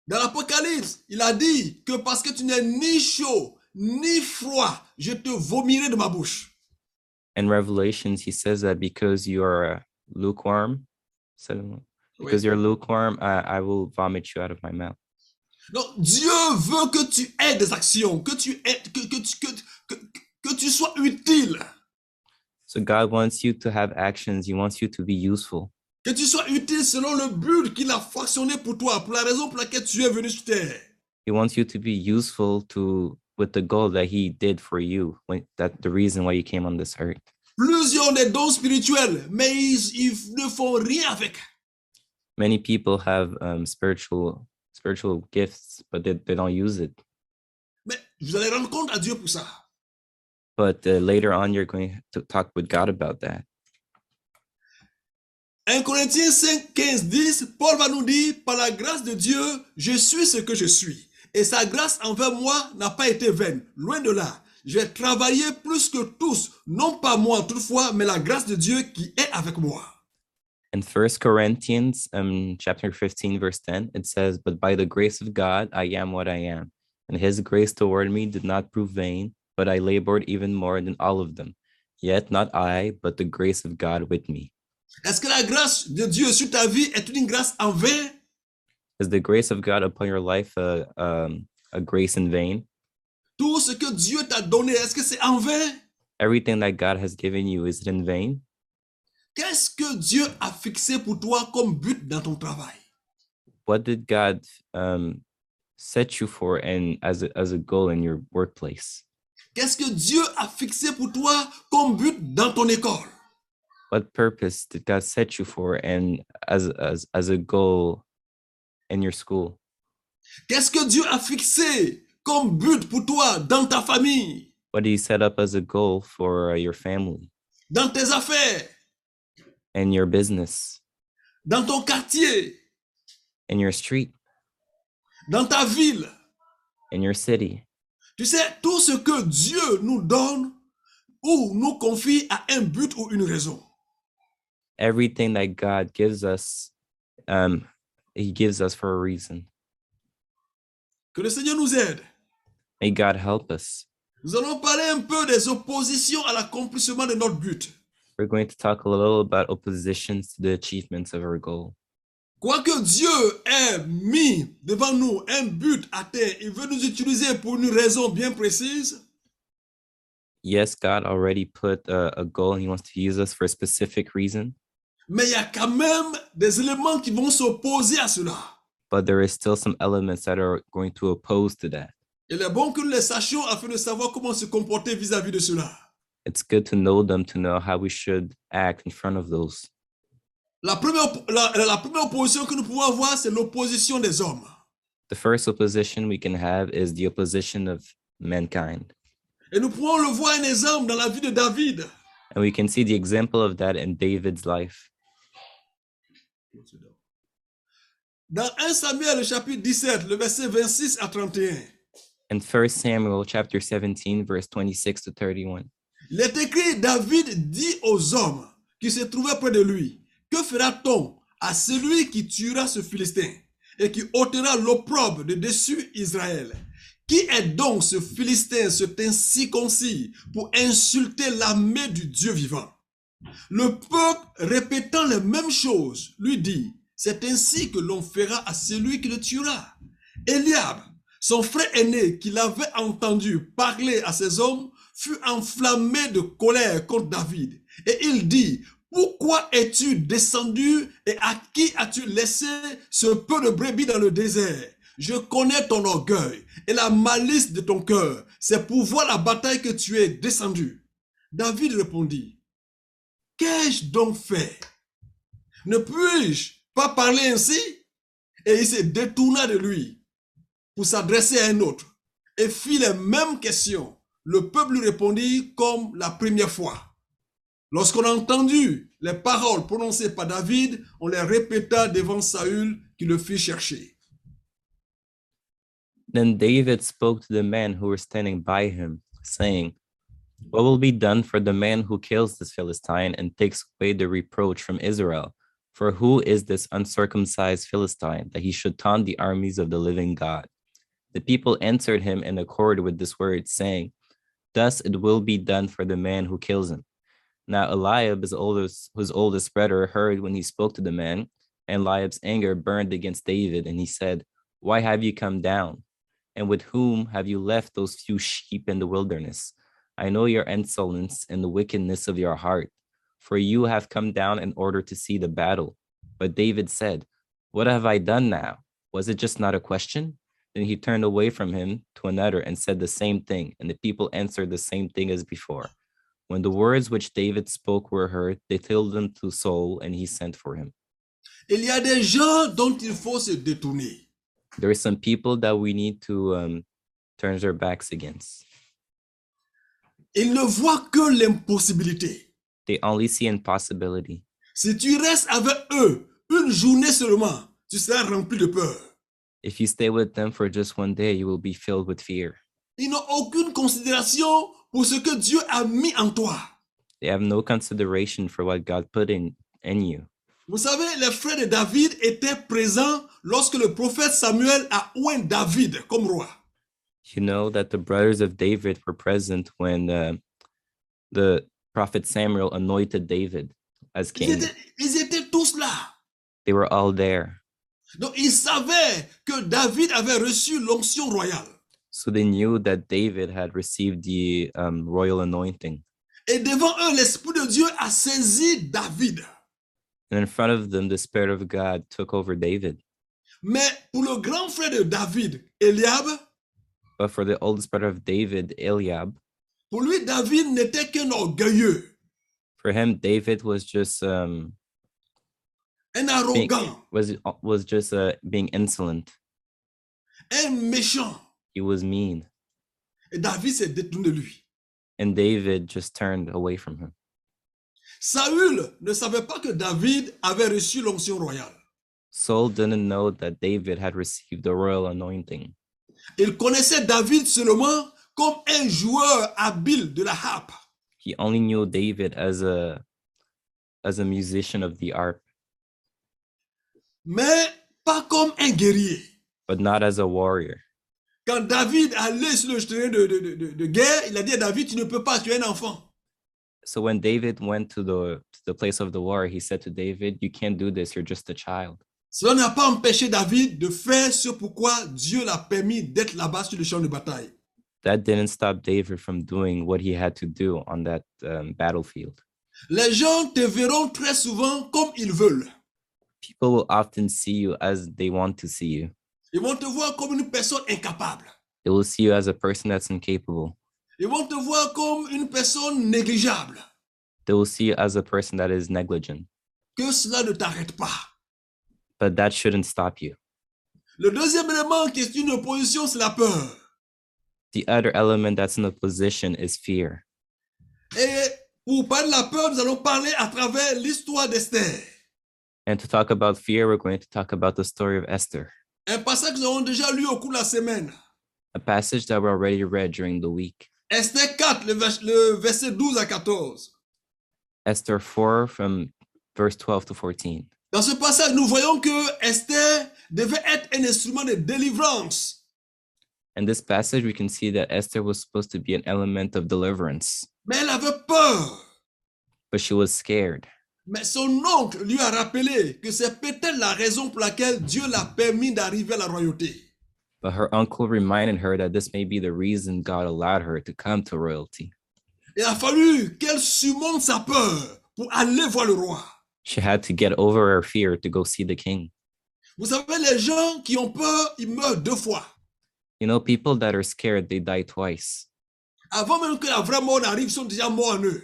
Dans l'Apocalypse, il a dit que parce que tu n'es ni chaud ni froid, je te vomirai de ma bouche.
In Revelations, he says that because you are uh, lukewarm, so- because you're lukewarm, I, I will vomit you out of my mouth.
Donc Dieu veut que tu aies des actions, que tu aies, que, que tu, que, que- que tu sois utile,
So God wants you to have actions. He wants you to be useful.
que tu sois utile selon le but qu'il a fractionné pour toi, pour la raison pour laquelle tu es venu sur terre.
He wants you to be useful to with the goal that He did for you. When that the reason why you came on this earth.
Plusieurs ont des dons spirituels, mais ils, ils ne font rien avec.
Many people have um, spiritual spiritual gifts, but they, they don't use it.
Mais vous allez rendre compte à Dieu pour ça.
But uh, later on, you're going to talk with God about that.
1 Corinthiens 5, 15, 10, Paul va nous dire, par la grâce de Dieu, je suis ce que je suis. Et sa grâce envers moi n'a pas été vaine. Loin de là. J'ai travaillé plus que tous, non pas moi toutefois, mais la grâce de Dieu qui est avec moi.
In First Corinthians, um, chapter fifteen, verse ten, it says, "But by the grace of God, I am what I am, and His grace toward me did not prove vain, but I labored even more than all of them. Yet not I, but the grace of God with me.
Est-ce que la grâce de Dieu sur ta vie est une grâce en vain?
Is the grace of God upon your life a um, a grace in vain?
Tout ce que Dieu t'a donné, est-ce que c'est en vain?
Everything that God has given you is it in vain?
Qu'est-ce que Dieu a fixé pour toi comme but dans ton travail?
What did God um, set you for and as a, as a goal in your workplace?
Qu'est-ce que Dieu a fixé pour toi comme but dans ton école?
what purpose did God set you for and as as as a goal in your school?
Qu'est-ce que Dieu a fixé comme but pour toi dans ta famille,
What do you set up as a goal for uh, your family
dans tes affaires,
and your business
dans ton quartier,
and your street
dans ta ville
and your city?
Tu sais, tout ce que Dieu nous donne ou nous confie a un but ou une raison.
Everything that God gives us, um, He gives us for a reason.
Que le Seigneur nous aide.
May God help us.
Nous allons parler un peu des oppositions à l'accomplissement de notre but.
We're going to talk a little about oppositions to the achievements of our goal.
Quoique Dieu ait mis devant nous un but à terre, il veut nous utiliser pour une raison bien précise.
Yes, God already put a, a goal. and He wants to use us for a specific reason,
Mais il y a quand même des éléments qui vont s'opposer à cela.
but there is still some elements that are going to oppose to that.
Il est bon que nous les sachions afin de savoir comment se comporter vis-à-vis de cela.
it's good to know them to know how we should act in front of those.
La première, la, la première opposition que nous pouvons avoir, c'est l'opposition des hommes.
The first opposition we can have is the opposition of mankind.
Et nous pouvons le voir un exemple dans la vie de David.
And we can see the example of that in David's life.
Dans 1 Samuel, le chapitre 17, le verset 26 à 31,
In 1 Samuel chapter 17, verse 26 to 31.
il est écrit, David dit aux hommes qui se trouvaient près de lui, Que fera-t-on à celui qui tuera ce Philistin et qui ôtera l'opprobre de dessus Israël Qui est donc ce Philistin, cet incirconcis, pour insulter l'armée du Dieu vivant Le peuple, répétant les mêmes choses, lui dit, c'est ainsi que l'on fera à celui qui le tuera. Eliab, son frère aîné, qui l'avait entendu parler à ses hommes, fut enflammé de colère contre David. Et il dit, pourquoi es-tu descendu et à qui as-tu laissé ce peu de brebis dans le désert Je connais ton orgueil et la malice de ton cœur. C'est pour voir la bataille que tu es descendu. David répondit, Qu'ai-je donc fait Ne puis-je pas parler ainsi Et il se détourna de lui pour s'adresser à un autre et fit les mêmes questions. Le peuple lui répondit comme la première fois. Lorsqu'on a entendu les paroles prononcées par David, on les répéta devant Saül qui le fit chercher.
Then David spoke to the men who were standing by him, saying, What will be done for the man who kills this Philistine and takes away the reproach from Israel? For who is this uncircumcised Philistine that he should taunt the armies of the living God? The people answered him in accord with this word, saying, Thus it will be done for the man who kills him. Now Eliab, his oldest, whose oldest brother, heard when he spoke to the man, and Eliab's anger burned against David, and he said, Why have you come down? And with whom have you left those few sheep in the wilderness? I know your insolence and the wickedness of your heart, for you have come down in order to see the battle. But David said, What have I done now? Was it just not a question? Then he turned away from him to another and said the same thing, and the people answered the same thing as before. When the words which David spoke were heard, they told them to Saul, and he sent for him.
Il y a des gens dont il faut se détourner.
There are some people that we need to um, turn their backs against.
Ils ne voient que l'impossibilité.
They only see impossibility.
Si tu restes avec eux une journée seulement, tu seras rempli de peur.
If you stay with them for just one day, you will be filled with fear.
Ils n'ont aucune considération pour ce que Dieu a mis en toi.
They have no consideration for what God put in, in you.
Vous savez, les frères de David étaient présents lorsque le prophète Samuel a oint David comme roi.
You know that the brothers of David were present when uh, the prophet Samuel anointed David
Ils
as king.
étaient, ils étaient tous là.
They were all there.
Donc ils savaient que David avait reçu l'onction royale.
So they knew that David had received the um, royal anointing.
Et devant eux, l'Esprit de Dieu a saisi David.
And in front of them, the Spirit of God took over David.
Mais pour le grand frère de David, Eliab,
But for the oldest brother of David, Eliab,
pour lui, David n'était qu'un orgueilleux,
for him, David was just um,
un arrogant,
was was just uh, being insolent.
un méchant.
He was mean,
Et David s'est détourné de lui.
and David just turned away from him.
Saül ne savait pas que David avait reçu l'onction royale.
Saul didn't know that David had received the royal anointing.
Il connaissait David seulement comme un joueur habile de la harpe.
He only knew David as a as a musician of the harp,
mais pas comme un guerrier.
but not as a warrior.
Quand David allait sur le terrain de, de- de- de guerre, il a dit à David, tu ne peux pas tuer un enfant.
So when David went to the to the place of the war, he said to David, "You can't do this. You're just a child."
Cela n'a pas empêché David de faire ce pourquoi Dieu l'a permis d'être là-bas sur le champ de bataille.
That didn't stop David from doing what he had to do on that um, battlefield.
Les gens te verront très souvent comme ils veulent.
People will often see you as they want to see you.
Ils vont te voir comme une personne incapable.
They will see you as a person that's incapable.
Ils vont te voir comme une personne négligeable.
They will see you as a person that is negligent.
Que cela ne t'arrête pas.
But that shouldn't stop you.
Le deuxième élément qui est une opposition, c'est la peur.
The other element that's in opposition is fear.
Et pour parler de la peur, nous allons parler à travers l'histoire d'Esther.
And to talk about fear, we're going to talk about the story of Esther,
Un passage que nous avons déjà lu au cours de la semaine.
a passage that we already read during the week.
Esther 4, le, vers- le verset 12 à 14.
Esther 4 from verse 12 to 14.
Dans ce passage, nous voyons que Esther devait être un instrument de délivrance.
In this passage, we can see that Esther was supposed to be an element of deliverance,
Mais elle avait peur.
but she was scared.
Mais son oncle lui a rappelé que c'est peut-être la raison pour laquelle Dieu l'a permis d'arriver à la royauté.
But her uncle reminded her that this may be the reason God allowed her to come to royalty.
Il a fallu qu'elle surmonte sa peur pour aller voir le roi.
She had to get over her fear to go see the king.
Vous savez, les gens qui ont peur, ils meurent deux fois.
You know, people that are scared, they die twice.
Avant même que la vraie mort n'arrive, ils sont déjà morts en eux.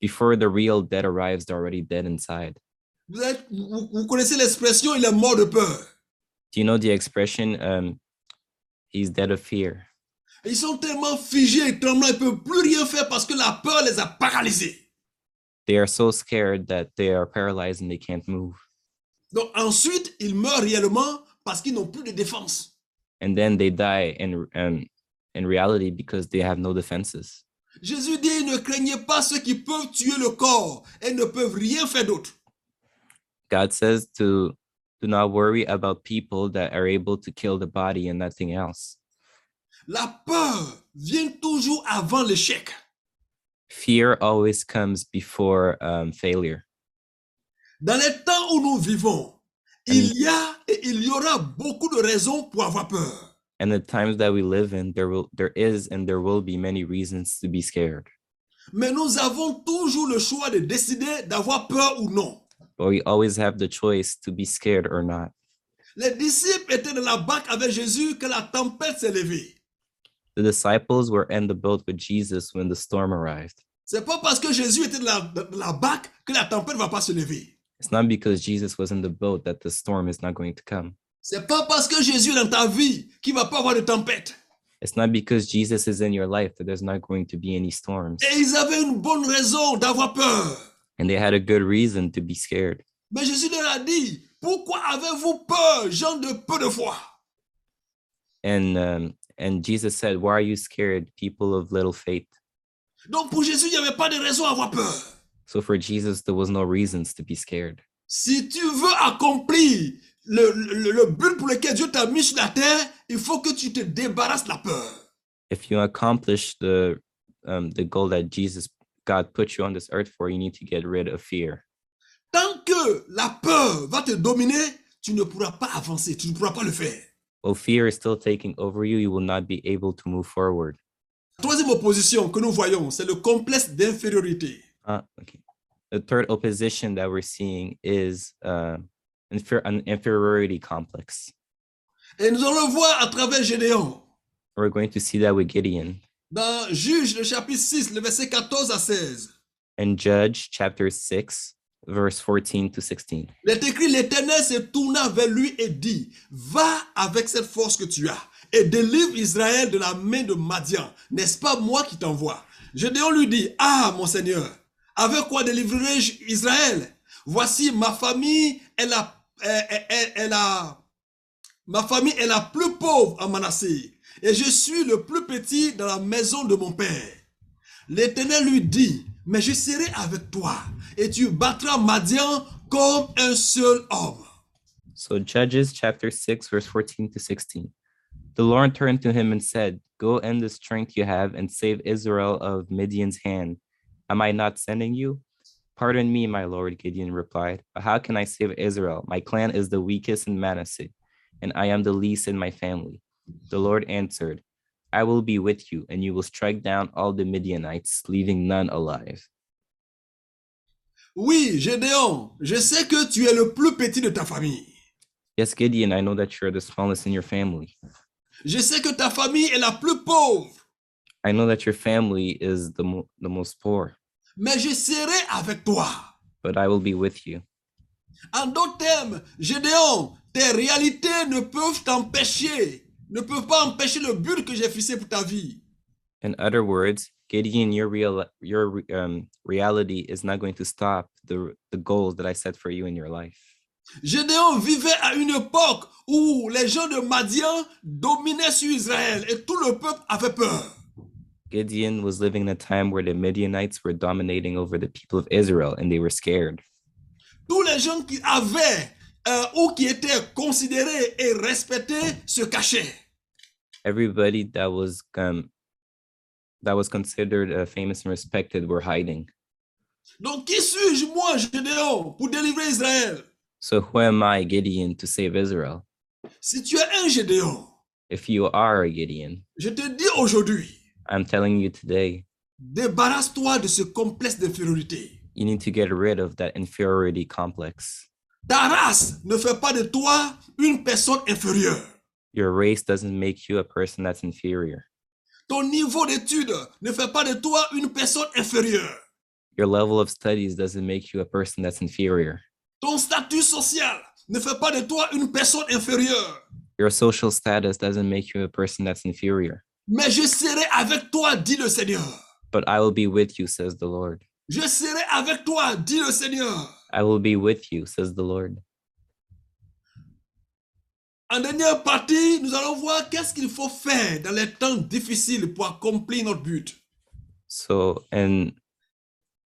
Before the real dead arrives, they're already dead inside.
Vous, êtes- vous- vous connaissez l'expression, il est mort de peur.
Do you know the expression, um, he's dead of fear?
Ils sont tellement figés et tremblants, ils ne peuvent plus rien faire parce que la peur les a paralysés.
They are so scared that they are paralyzed and they can't move.
Donc ensuite, ils meurent réellement parce qu'ils n'ont plus de défense.
And then they die in, um, in reality because they have no defenses.
Jésus dit, ne craignez pas ceux qui peuvent tuer le corps et ne peuvent rien faire d'autre.
God says to do not worry about people that are able to kill the body and nothing else.
La peur vient toujours avant l'échec.
Fear always comes before um, failure.
Dans les temps où nous vivons, il y a et il y aura beaucoup de raisons pour avoir peur.
And the times that we live in, there will there is and there will be many reasons to be scared.
Mais nous avons toujours le choix de décider d'avoir peur ou non.
But we always have the choice to be scared or not.
Les disciples étaient dans la barque avec Jésus quand la tempête s'est levée.
The disciples were in the boat with Jesus when the storm arrived.
C'est pas parce que Jésus était dans la, dans la barque que la tempête va pas se lever.
It's not because Jesus was in the boat that the storm is not going to come.
C'est pas parce que Jésus est dans ta vie qu'il va pas avoir de tempête.
It's not because Jesus is in your life that there's not going to be any storms.
Et ils avaient une bonne raison d'avoir peur.
And they had a good reason to be scared.
Mais Jésus leur a dit, pourquoi avez-vous peur, gens de peu de foi
and um, and Jesus said, "Why are you scared, people of little faith?"
Donc pour Jésus, il n'y avait pas de raison à avoir peur.
So for Jesus, there was no reasons to be scared.
Si tu veux accomplir le, le- le but pour lequel Dieu t'a mis sur la terre, il faut que tu te débarrasses de la peur.
If you accomplish the um, the goal that Jesus God put you on this earth for, you need to get rid of fear.
Tant que la peur va te dominer, tu ne pourras pas avancer, tu ne pourras pas le faire.
While fear is still taking over you, you will not be able to move forward.
La troisième opposition que nous voyons, c'est le complexe d'infériorité.
Uh, okay. The third opposition that we're seeing is uh, infer- an inferiority complex.
Et nous allons le voir à travers Gédéon.
We're going to see that with Gideon
Dans Juge, le chapitre 6, le verset 14 à 16,
in Judge chapter six, verse fourteen to sixteen.
il est écrit, l'Éternel se tourna vers lui et dit, va avec cette force que tu as et délivre Israël de la main de Madian. N'est-ce pas moi qui t'envoie Gédéon lui dit, ah mon Seigneur, avec quoi délivrerai-je Israël Voici ma famille est la, est- est- est- est la- ma famille est la plus pauvre en Manassé et je suis le plus petit dans la maison de mon père. L'Éternel lui dit, mais je serai avec toi et tu battras Madian comme un seul homme.
So Judges chapter 6, verse 14 to 16. The Lord turned to him and said, Go in the strength you have and save Israel of Midian's hand. Am I not sending you? Pardon me, my Lord, Gideon replied, but how can I save Israel? My clan is the weakest in Manasseh, and I am the least in my family. The Lord answered, I will be with you, and you will strike down all the Midianites, leaving none alive.
Oui, Gédéon, je sais que tu es le plus petit de ta famille.
Yes, Gideon, I know that you're the smallest in your family.
Je sais que ta famille est la plus pauvre,
I know that your family is the, mo- the most poor.
mais je serai avec toi.
but I will be with you.
En d'autres termes, Gédéon, tes réalités ne peuvent t'empêcher, ne peuvent pas empêcher le but que j'ai fixé pour ta vie.
In other words, Gideon, your real your re- um, reality is not going to stop the r- the goals that I set for you in your life.
Gédéon vivait à une époque où les gens de Madian dominaient sur Israël et tout le peuple avait peur.
Gideon was living in a time where the Midianites were dominating over the people of Israel, and they were scared.
Tous les gens qui avaient euh, ou qui étaient considérés et respectés se cachaient.
Everybody that was um, that was considered uh, famous and respected were hiding.
Donc qui suis-je moi, Gédéon, pour délivrer Israël
So who am I, Gideon, to save Israel?
Si tu es un Gédéon,
If you are a Gideon,
je te dis aujourd'hui,
I'm telling you today,
débarrasse-toi de ce complexe d'infériorité.
you need to get rid of that inferiority complex.
Ta race ne fait pas de toi une personne inférieure.
Your race doesn't make you a person that's inferior.
Ton niveau d'étude ne fait pas de toi une personne inférieure.
Your level of studies doesn't make you a person that's inferior.
Ton statut social ne fait pas de toi une personne inférieure.
Your social status doesn't make you a person that's inferior.
Mais je serai avec toi, dit le Seigneur.
But I will be with you, says the Lord.
Je serai avec toi, dit le Seigneur.
I will be with you, says the Lord.
En dernière partie, nous allons voir qu'est-ce qu'il faut faire dans les temps difficiles pour accomplir notre but.
So, and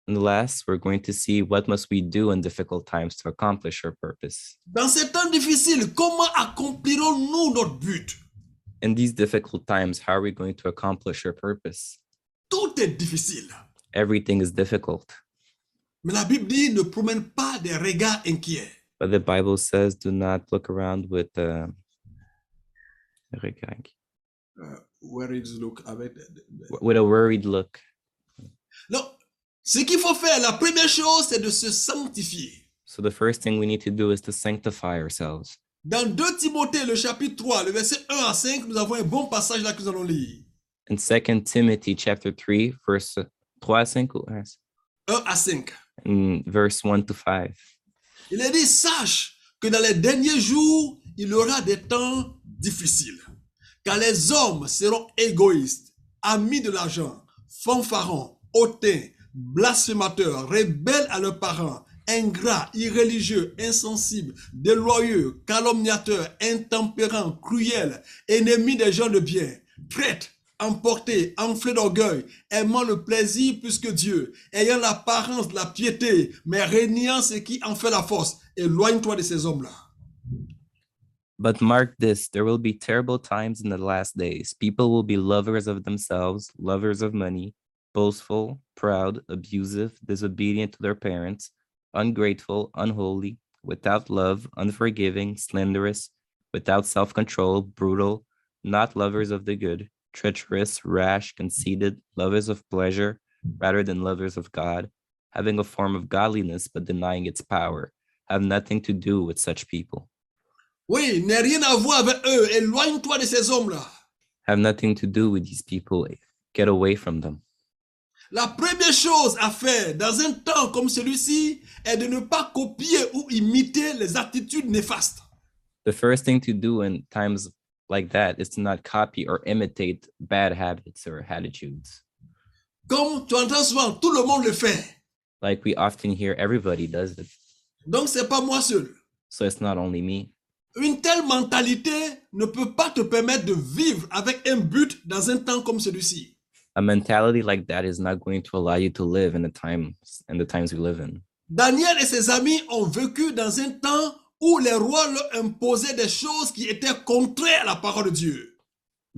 last, we're going to see what must we do in difficult times to accomplish our purpose.
Dans ces temps difficiles, comment accomplirons-nous notre but
In these difficult times, how are we going to accomplish our purpose?
Tout est difficile.
Everything is difficult,
Mais la Bible dit ne promène pas des regards inquiets.
but the Bible says, "Do not look around with." Uh, with a worried look.
Donc, ce qu'il faut faire, la première chose, c'est de se sanctifier.
So the first thing we need to do is to sanctify ourselves.
Dans 2 Timothée, le chapitre 3, le verset 1 à 5, nous avons un bon passage là que nous allons lire.
In Second Timothy chapter three, verse trois, cinco, ah,
1 à 5.
in verse one to five.
Il est dit, sache que dans les derniers jours, il y aura des temps difficiles. Car les hommes seront égoïstes, amis de l'argent, fanfarons, hautains, blasphémateurs, rebelles à leurs parents, ingrats, irréligieux, insensibles, déloyaux, calomniateurs, intempérants, cruels, ennemis des gens de bien, traîtres, emportés, enflés d'orgueil, aimant le plaisir plus que Dieu, ayant l'apparence de la piété, mais reniant ce qui en fait la force. Éloigne-toi de ces hommes-là.
But mark this there will be terrible times in the last days. People will be lovers of themselves, lovers of money, boastful, proud, abusive, disobedient to their parents, ungrateful, unholy, without love, unforgiving, slanderous, without self control, brutal, not lovers of the good, treacherous, rash, conceited, lovers of pleasure rather than lovers of God, having a form of godliness but denying its power. Have nothing to do with such people.
Oui, n'aie rien à voir avec eux. Éloigne-toi de ces hommes-là.
have nothing to do with these people. eh, Get away from them.
La première chose à faire dans un temps comme celui-ci est de ne pas copier ou imiter les attitudes néfastes.
The first thing to do in times like that is to not copy or imitate bad habits or attitudes.
Comme tu entends souvent, tout le monde le fait.
Like we often hear everybody does it.
Donc, c'est pas moi seul.
So it's not only me.
Une telle mentalité ne peut pas te permettre de vivre avec un but dans un temps comme celui-ci.
A mentality like that is not going to allow you to live in the times and the times we live in.
Daniel et ses amis ont vécu dans un temps où les rois leur imposaient des choses qui étaient contraires à la parole de Dieu.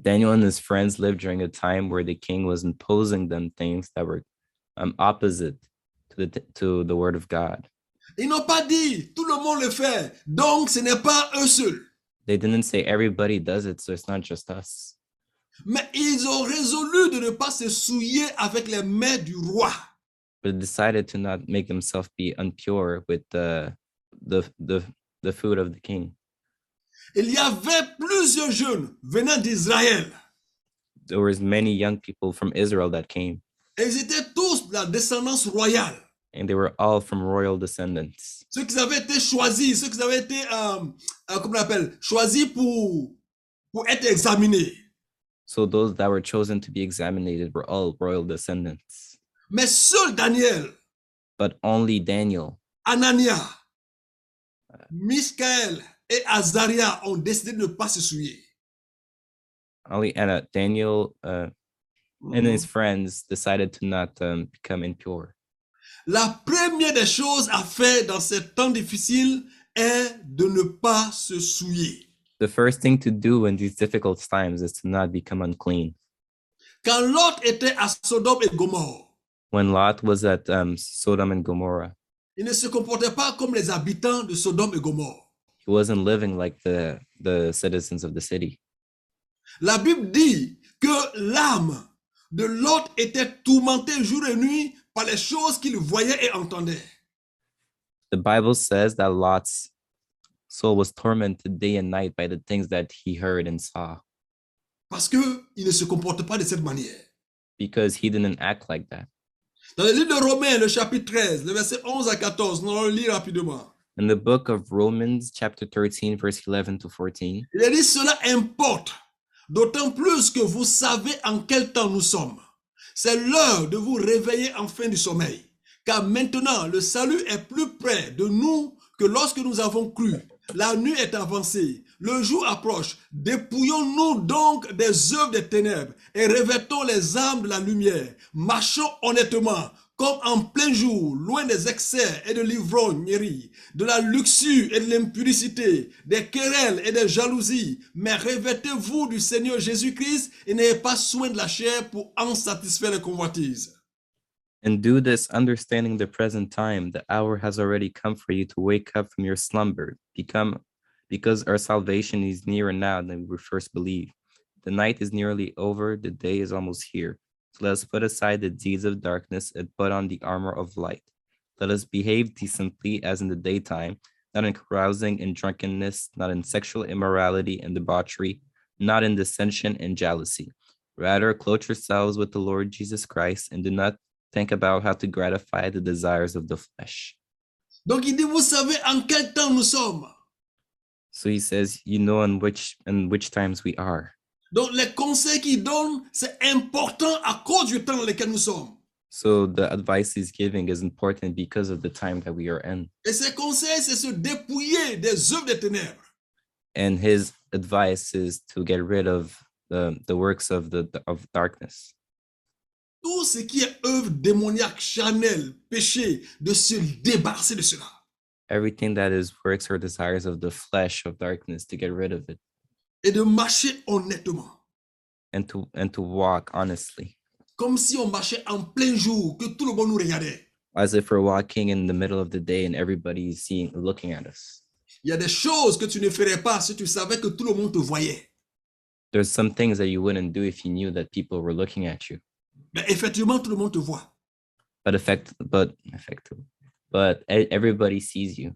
Daniel and his friends lived during a time where the king was imposing them things that were um, opposite to the to the word of God.
Ils n'ont pas dit tout le monde le fait, donc ce n'est pas eux seuls.
They didn't say everybody does it, so it's not just us.
Mais ils ont résolu de ne pas se souiller avec les mains du roi.
but decided to not make himself be impure with the the the the food of the king.
Il y avait plusieurs jeunes venant d'Israël.
There was many young people from Israel that came,
Et Ils étaient tous de la descendance royale.
and they were all from royal descendants.
Ceux qui avaient été choisis, ceux qui avaient été, euh, euh, comment on appelle, choisis pour, pour être examinés.
So those that were chosen to be examined were all royal descendants.
Mais seul Daniel,
But only Daniel,
Anania, Michael et Azaria ont décidé de ne pas se souiller.
only Anna, Daniel, uh, and his friends decided to not um, become impure.
La première des choses à faire dans ces temps difficiles est de ne pas se souiller.
The first thing to do in these difficult times is to not become unclean.
Quand Lot était à Sodome et Gomorre,
When Lot was at um, Sodom and Gomorrah,
il ne se comportait pas comme les habitants de Sodome et Gomorre.
he wasn't living like the the citizens of the city
La Bible dit que l'âme de Lot était tourmentée jour et nuit par les choses qu'il voyait et entendait.
The Bible says that Lot's soul was tormented day and night by the things that he heard and saw
parce qu'il ne se comporte pas de cette manière.
because he didn't act like that.
Dans le livre de Romains, le chapitre 13, le verset 11 à 14, nous allons le lire rapidement.
In the book of Romans, chapter 13, verse 11 to 14,
Il est dit Cela importe, d'autant plus que vous savez en quel temps nous sommes. C'est l'heure de vous réveiller enfin du sommeil, car maintenant le salut est plus près de nous que lorsque nous avons cru. La nuit est avancée, le jour approche. Dépouillons-nous donc des œuvres des ténèbres et revêtons les armes de la lumière. Marchons honnêtement, comme en plein jour, loin des excès et de l'ivrognerie, de la luxure et de l'impuricité, des querelles et des jalousies. Mais revêtez-vous du Seigneur Jésus-Christ et n'ayez pas soin de la chair pour en satisfaire les convoitises.
And do this, understanding the present time, the hour has already come for you to wake up from your slumber, become because our salvation is nearer now than we first believed. The night is nearly over, the day is almost here. So let us put aside the deeds of darkness and put on the armor of light. Let us behave decently as in the daytime, not in carousing and drunkenness, not in sexual immorality and debauchery, not in dissension and jealousy. Rather, clothe yourselves with the Lord Jesus Christ and do not think about how to gratify the desires of the flesh.
Donc il dit, vous savez en quel temps nous sommes.
So he says, you know in which in which times we are.
Donc les conseils qu'il donne, c'est important à cause du temps dans lequel nous sommes.
So the advice he's giving is important because of the time that we are in.
Et ces conseils, c'est se dépouiller des œuvres des ténèbres.
And his advice is to get rid of the, the works of the of darkness.
Tout ce qui est œuvre démoniaque, charnelle, péché, de se débarrasser de cela.
Everything that is works or desires of the flesh of darkness to get rid of it
Et de marcher honnêtement.
and to and to walk honestly.
Comme si on marchait en plein jour, que tout le monde nous regardait.
As if we're walking in the middle of the day and everybody's seeing looking at us.
Il y a des choses que tu ne ferais pas si tu savais que tout le monde te voyait.
There's some things that you wouldn't do if you knew that people were looking at you.
Mais effectivement, tout le monde te voit.
but effect but effective but e- everybody sees you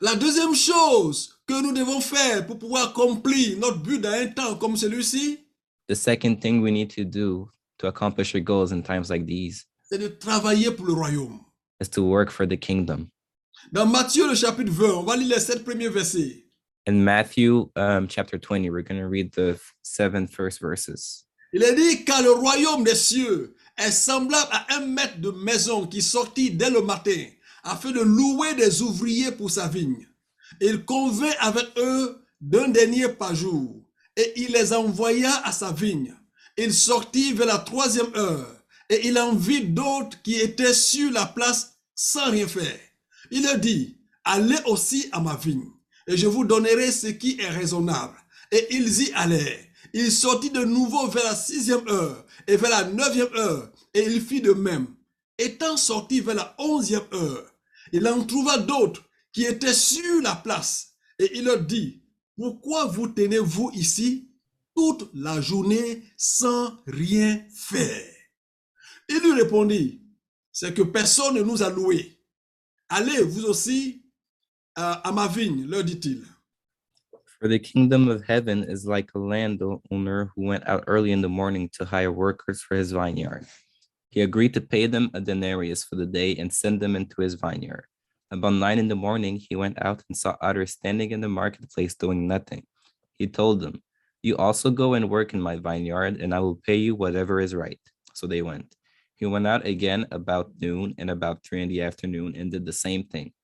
La deuxième chose que nous devons faire pour pouvoir accomplir notre but dans un temps comme celui-ci,
the second thing we need to do to accomplish your goals in times like these
c'est de travailler pour le royaume.
is to work for the kingdom
Dans Matthieu, le chapitre 20, on va lire les sept premiers versets.
in matthew um, chapter 20 we're going to read the f- seven first verses
Il est dit car le royaume des cieux est semblable à un maître de maison qui sortit dès le matin afin de louer des ouvriers pour sa vigne. Il convint avec eux d'un denier par jour et il les envoya à sa vigne. Il sortit vers la troisième heure et il en vit d'autres qui étaient sur la place sans rien faire. Il leur dit, allez aussi à ma vigne et je vous donnerai ce qui est raisonnable. Et ils y allèrent. Il sortit de nouveau vers la sixième heure et vers la neuvième heure, et il fit de même. Étant sorti vers la onzième heure, il en trouva d'autres qui étaient sur la place, et il leur dit, pourquoi vous tenez-vous ici toute la journée sans rien faire Il lui répondit, c'est que personne ne nous a loués. Allez, vous aussi, euh, à ma vigne, leur dit-il.
for the kingdom of heaven is like a landowner who went out early in the morning to hire workers for his vineyard. He agreed to pay them a denarius for the day and send them into his vineyard. About nine in the morning, he went out and saw others standing in the marketplace doing nothing. He told them, You also go and work in my vineyard, and I will pay you whatever is right. So they went. He went out again about noon and about three in the afternoon and did the same thing.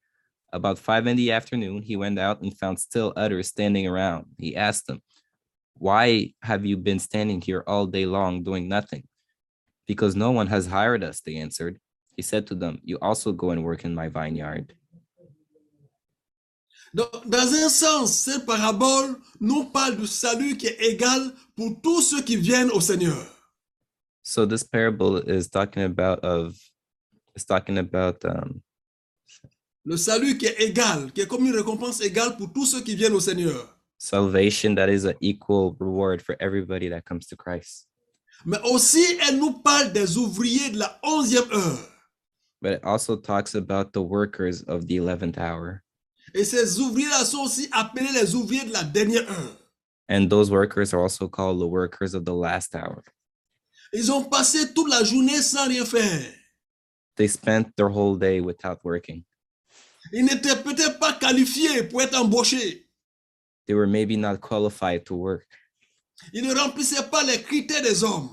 About five in the afternoon, he went out and found still others standing around. He asked them, Why have you been standing here all day long doing nothing? Because no one has hired us, they answered. He said to them, You also go and work in my vineyard.
Donc, dans un sens, cette parabole nous parle du salut qui est égal pour tous ceux qui viennent au Seigneur.
So this parable is talking about of it's talking about um
Le salut qui est égal, qui est comme une récompense égale pour tous ceux qui viennent au Seigneur.
salvation that is an equal reward for everybody that comes to Christ.
Mais aussi, elle nous parle des ouvriers de la onzième heure.
but it also talks about the workers of the 11th hour.
Et ces ouvriers-là sont aussi appelés les ouvriers de la dernière heure.
And those workers are also called the workers of the last hour.
Ils ont passé toute la journée sans rien faire.
They spent their whole day without working.
Ils n'étaient peut-être pas qualifiés pour être embauchés.
They were maybe not qualified to work.
Ils ne remplissaient pas les critères des hommes.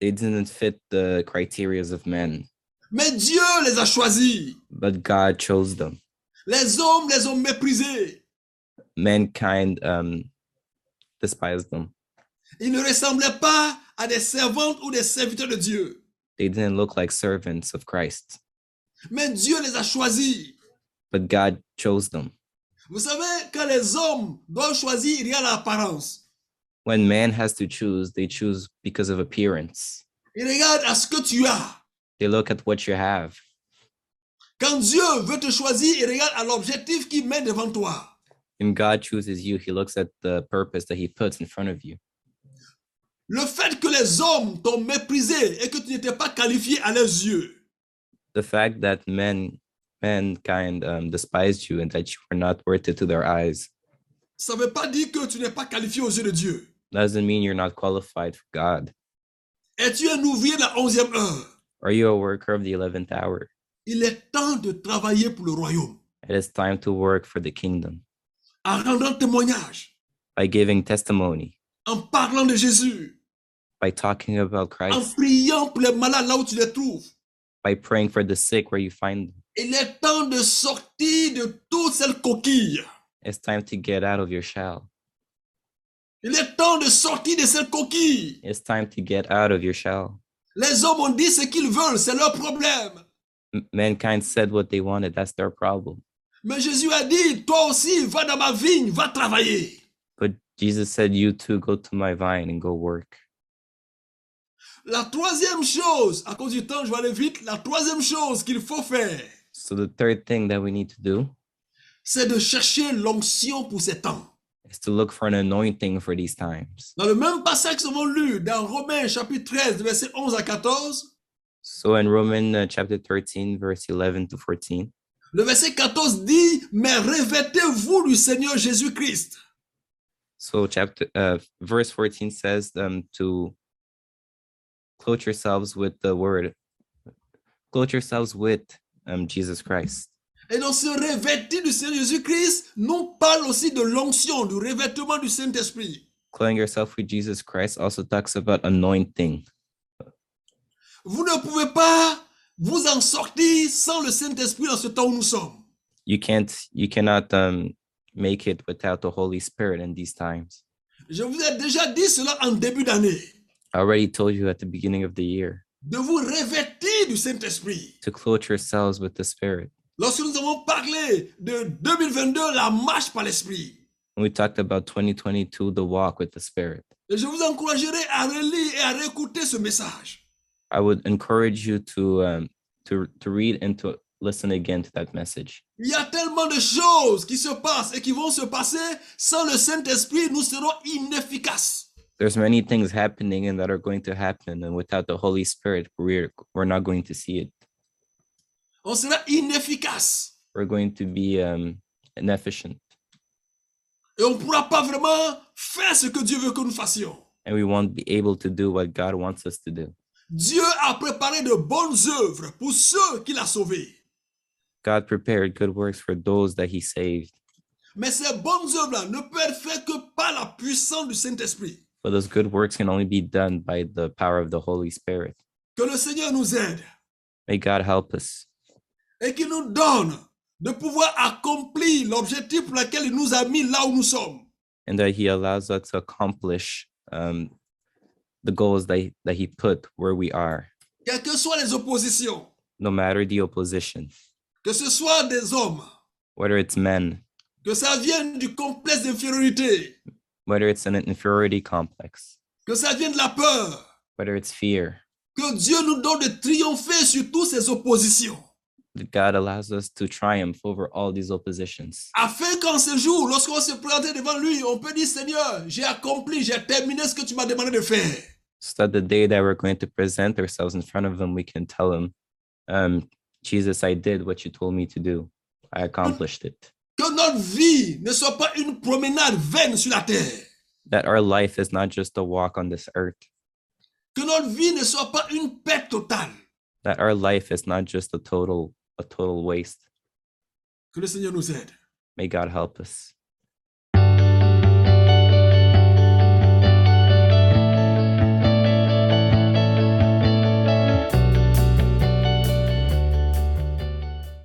They didn't fit the criterias of men,
Mais Dieu les a choisis.
but God chose them.
Les hommes les ont méprisés.
Mankind um, despised them.
Ils ne ressemblaient pas à des servantes ou des serviteurs de Dieu.
They didn't look like servants of Christ,
Mais Dieu les a choisis.
but God chose them.
Vous savez, quand les hommes doivent choisir, il y a l'apparence.
When man has to choose, they choose because of appearance.
Ils regardent à ce que tu as.
They look at what you have.
Quand Dieu veut te choisir, il regarde à l'objectif qu'il met devant toi.
When God chooses you, he looks at the purpose that he puts in front of you.
Le fait que les hommes t'ont méprisé et que tu n'étais pas qualifié à leurs yeux,
The fact that men, mankind um, despised you and that you were not worth it to their eyes
ça ne veut pas dire que tu n'es pas qualifié aux yeux de Dieu.
doesn't mean you're not qualified for God.
Et tu es un ouvrier de la onzième heure.
Are you a worker of the 11th hour?
Il est temps de travailler pour le royaume
It is time to work for the kingdom
en rendant témoignage,
by giving testimony,
en parlant de Jésus,
by talking about
en
Christ,
priant pour les malades là où tu les trouves.
by praying for the sick where you find them.
Il est temps de sortir de toutes ces coquilles.
It's time to get out of your shell.
Il est temps de sortir de cette coquille.
It's time to get out of your shell.
Les hommes ont dit ce qu'ils veulent, c'est leur problème.
M- mankind said what they wanted. That's their problem.
Mais Jésus a dit, toi aussi, va dans ma vigne, va travailler.
But Jesus said, You too, go to my vine and go work.
La troisième chose, à cause du temps, je vais aller vite, la troisième chose qu'il faut faire,
So the third thing that we need to do
c'est de chercher l'onction pour ces temps.
is to look for an anointing for these times.
Dans le même passage que nous avons lu, dans Romains chapitre 13, versets 11 à 14,
So in Romans uh, chapter 13, verse 11 to 14,
le verset 14 dit, mais revêtez-vous du Seigneur Jésus-Christ.
so chapter uh, verse 14 says um, to clothe yourselves with the word, clothe yourselves with um, Jesus Christ.
Et donc ce revêtir du Seigneur Jésus-Christ nous parle aussi de l'onction, du revêtement du Saint-Esprit.
Clothing yourself with Jesus Christ also talks about anointing.
Vous ne pouvez pas vous en sortir sans le Saint-Esprit dans ce temps où nous sommes.
You can't, you cannot um, make it without the Holy Spirit in these times.
Je vous ai déjà dit cela en début d'année,
I already told you at the beginning of the year
de vous revêtir du Saint-Esprit.
to clothe yourselves with the Spirit.
Lorsque nous avons parlé de 2022, la marche par l'Esprit,
And we talked about 2022, the walk with the Spirit.
et je vous encouragerai à relire et à réécouter ce message.
I would encourage you to um, to to read and to listen again to that message.
Il y a tellement de choses qui se passent et qui vont se passer. Sans le Saint-Esprit, nous serons inefficaces.
There's many things happening and that are going to happen, and without the Holy Spirit, we're we're not going to see it.
on sera inefficace
We're going to be um, inefficient,
et on ne pourra pas vraiment faire ce que Dieu veut que nous fassions.
and we won't be able to do what God wants us to do.
Dieu a préparé de bonnes œuvres pour ceux qu'il a sauvés.
God prepared good works for those that He saved,
Mais ces bonnes œuvres-là ne peuvent être faites que par la puissance du Saint-Esprit.
but those good works can only be done by the power of the Holy Spirit.
Que le Seigneur nous aide
May God help us.
et qu'il nous donne de pouvoir accomplir l'objectif pour lequel il nous a mis là où nous sommes.
and that he allows us to accomplish um, the goals that, that he put where we are,
Quelles que soient les oppositions,
no matter the opposition,
que ce soit des hommes,
whether it's men,
que ça vienne du complexe d'infériorité,
whether it's an inferiority complex,
que ça vienne de la peur,
whether it's fear.
Que Dieu nous donne de triompher sur toutes ces oppositions.
That God allows us to triumph over all these oppositions,
Afin qu'en ce jour, lorsqu'on se présente devant lui, on peut dire Seigneur, j'ai accompli, j'ai terminé ce que tu m'as demandé de faire.
so that the day that we're going to present ourselves in front of him, we can tell him, um, Jesus, I did what you told me to do. I accomplished it.
Que notre vie ne soit pas une promenade vaine sur la terre.
That our life is not just a walk on this earth,
Que notre vie ne soit pas une perte totale.
that our life is not just a total a total waste.
Que le Seigneur nous aide.
May God help us.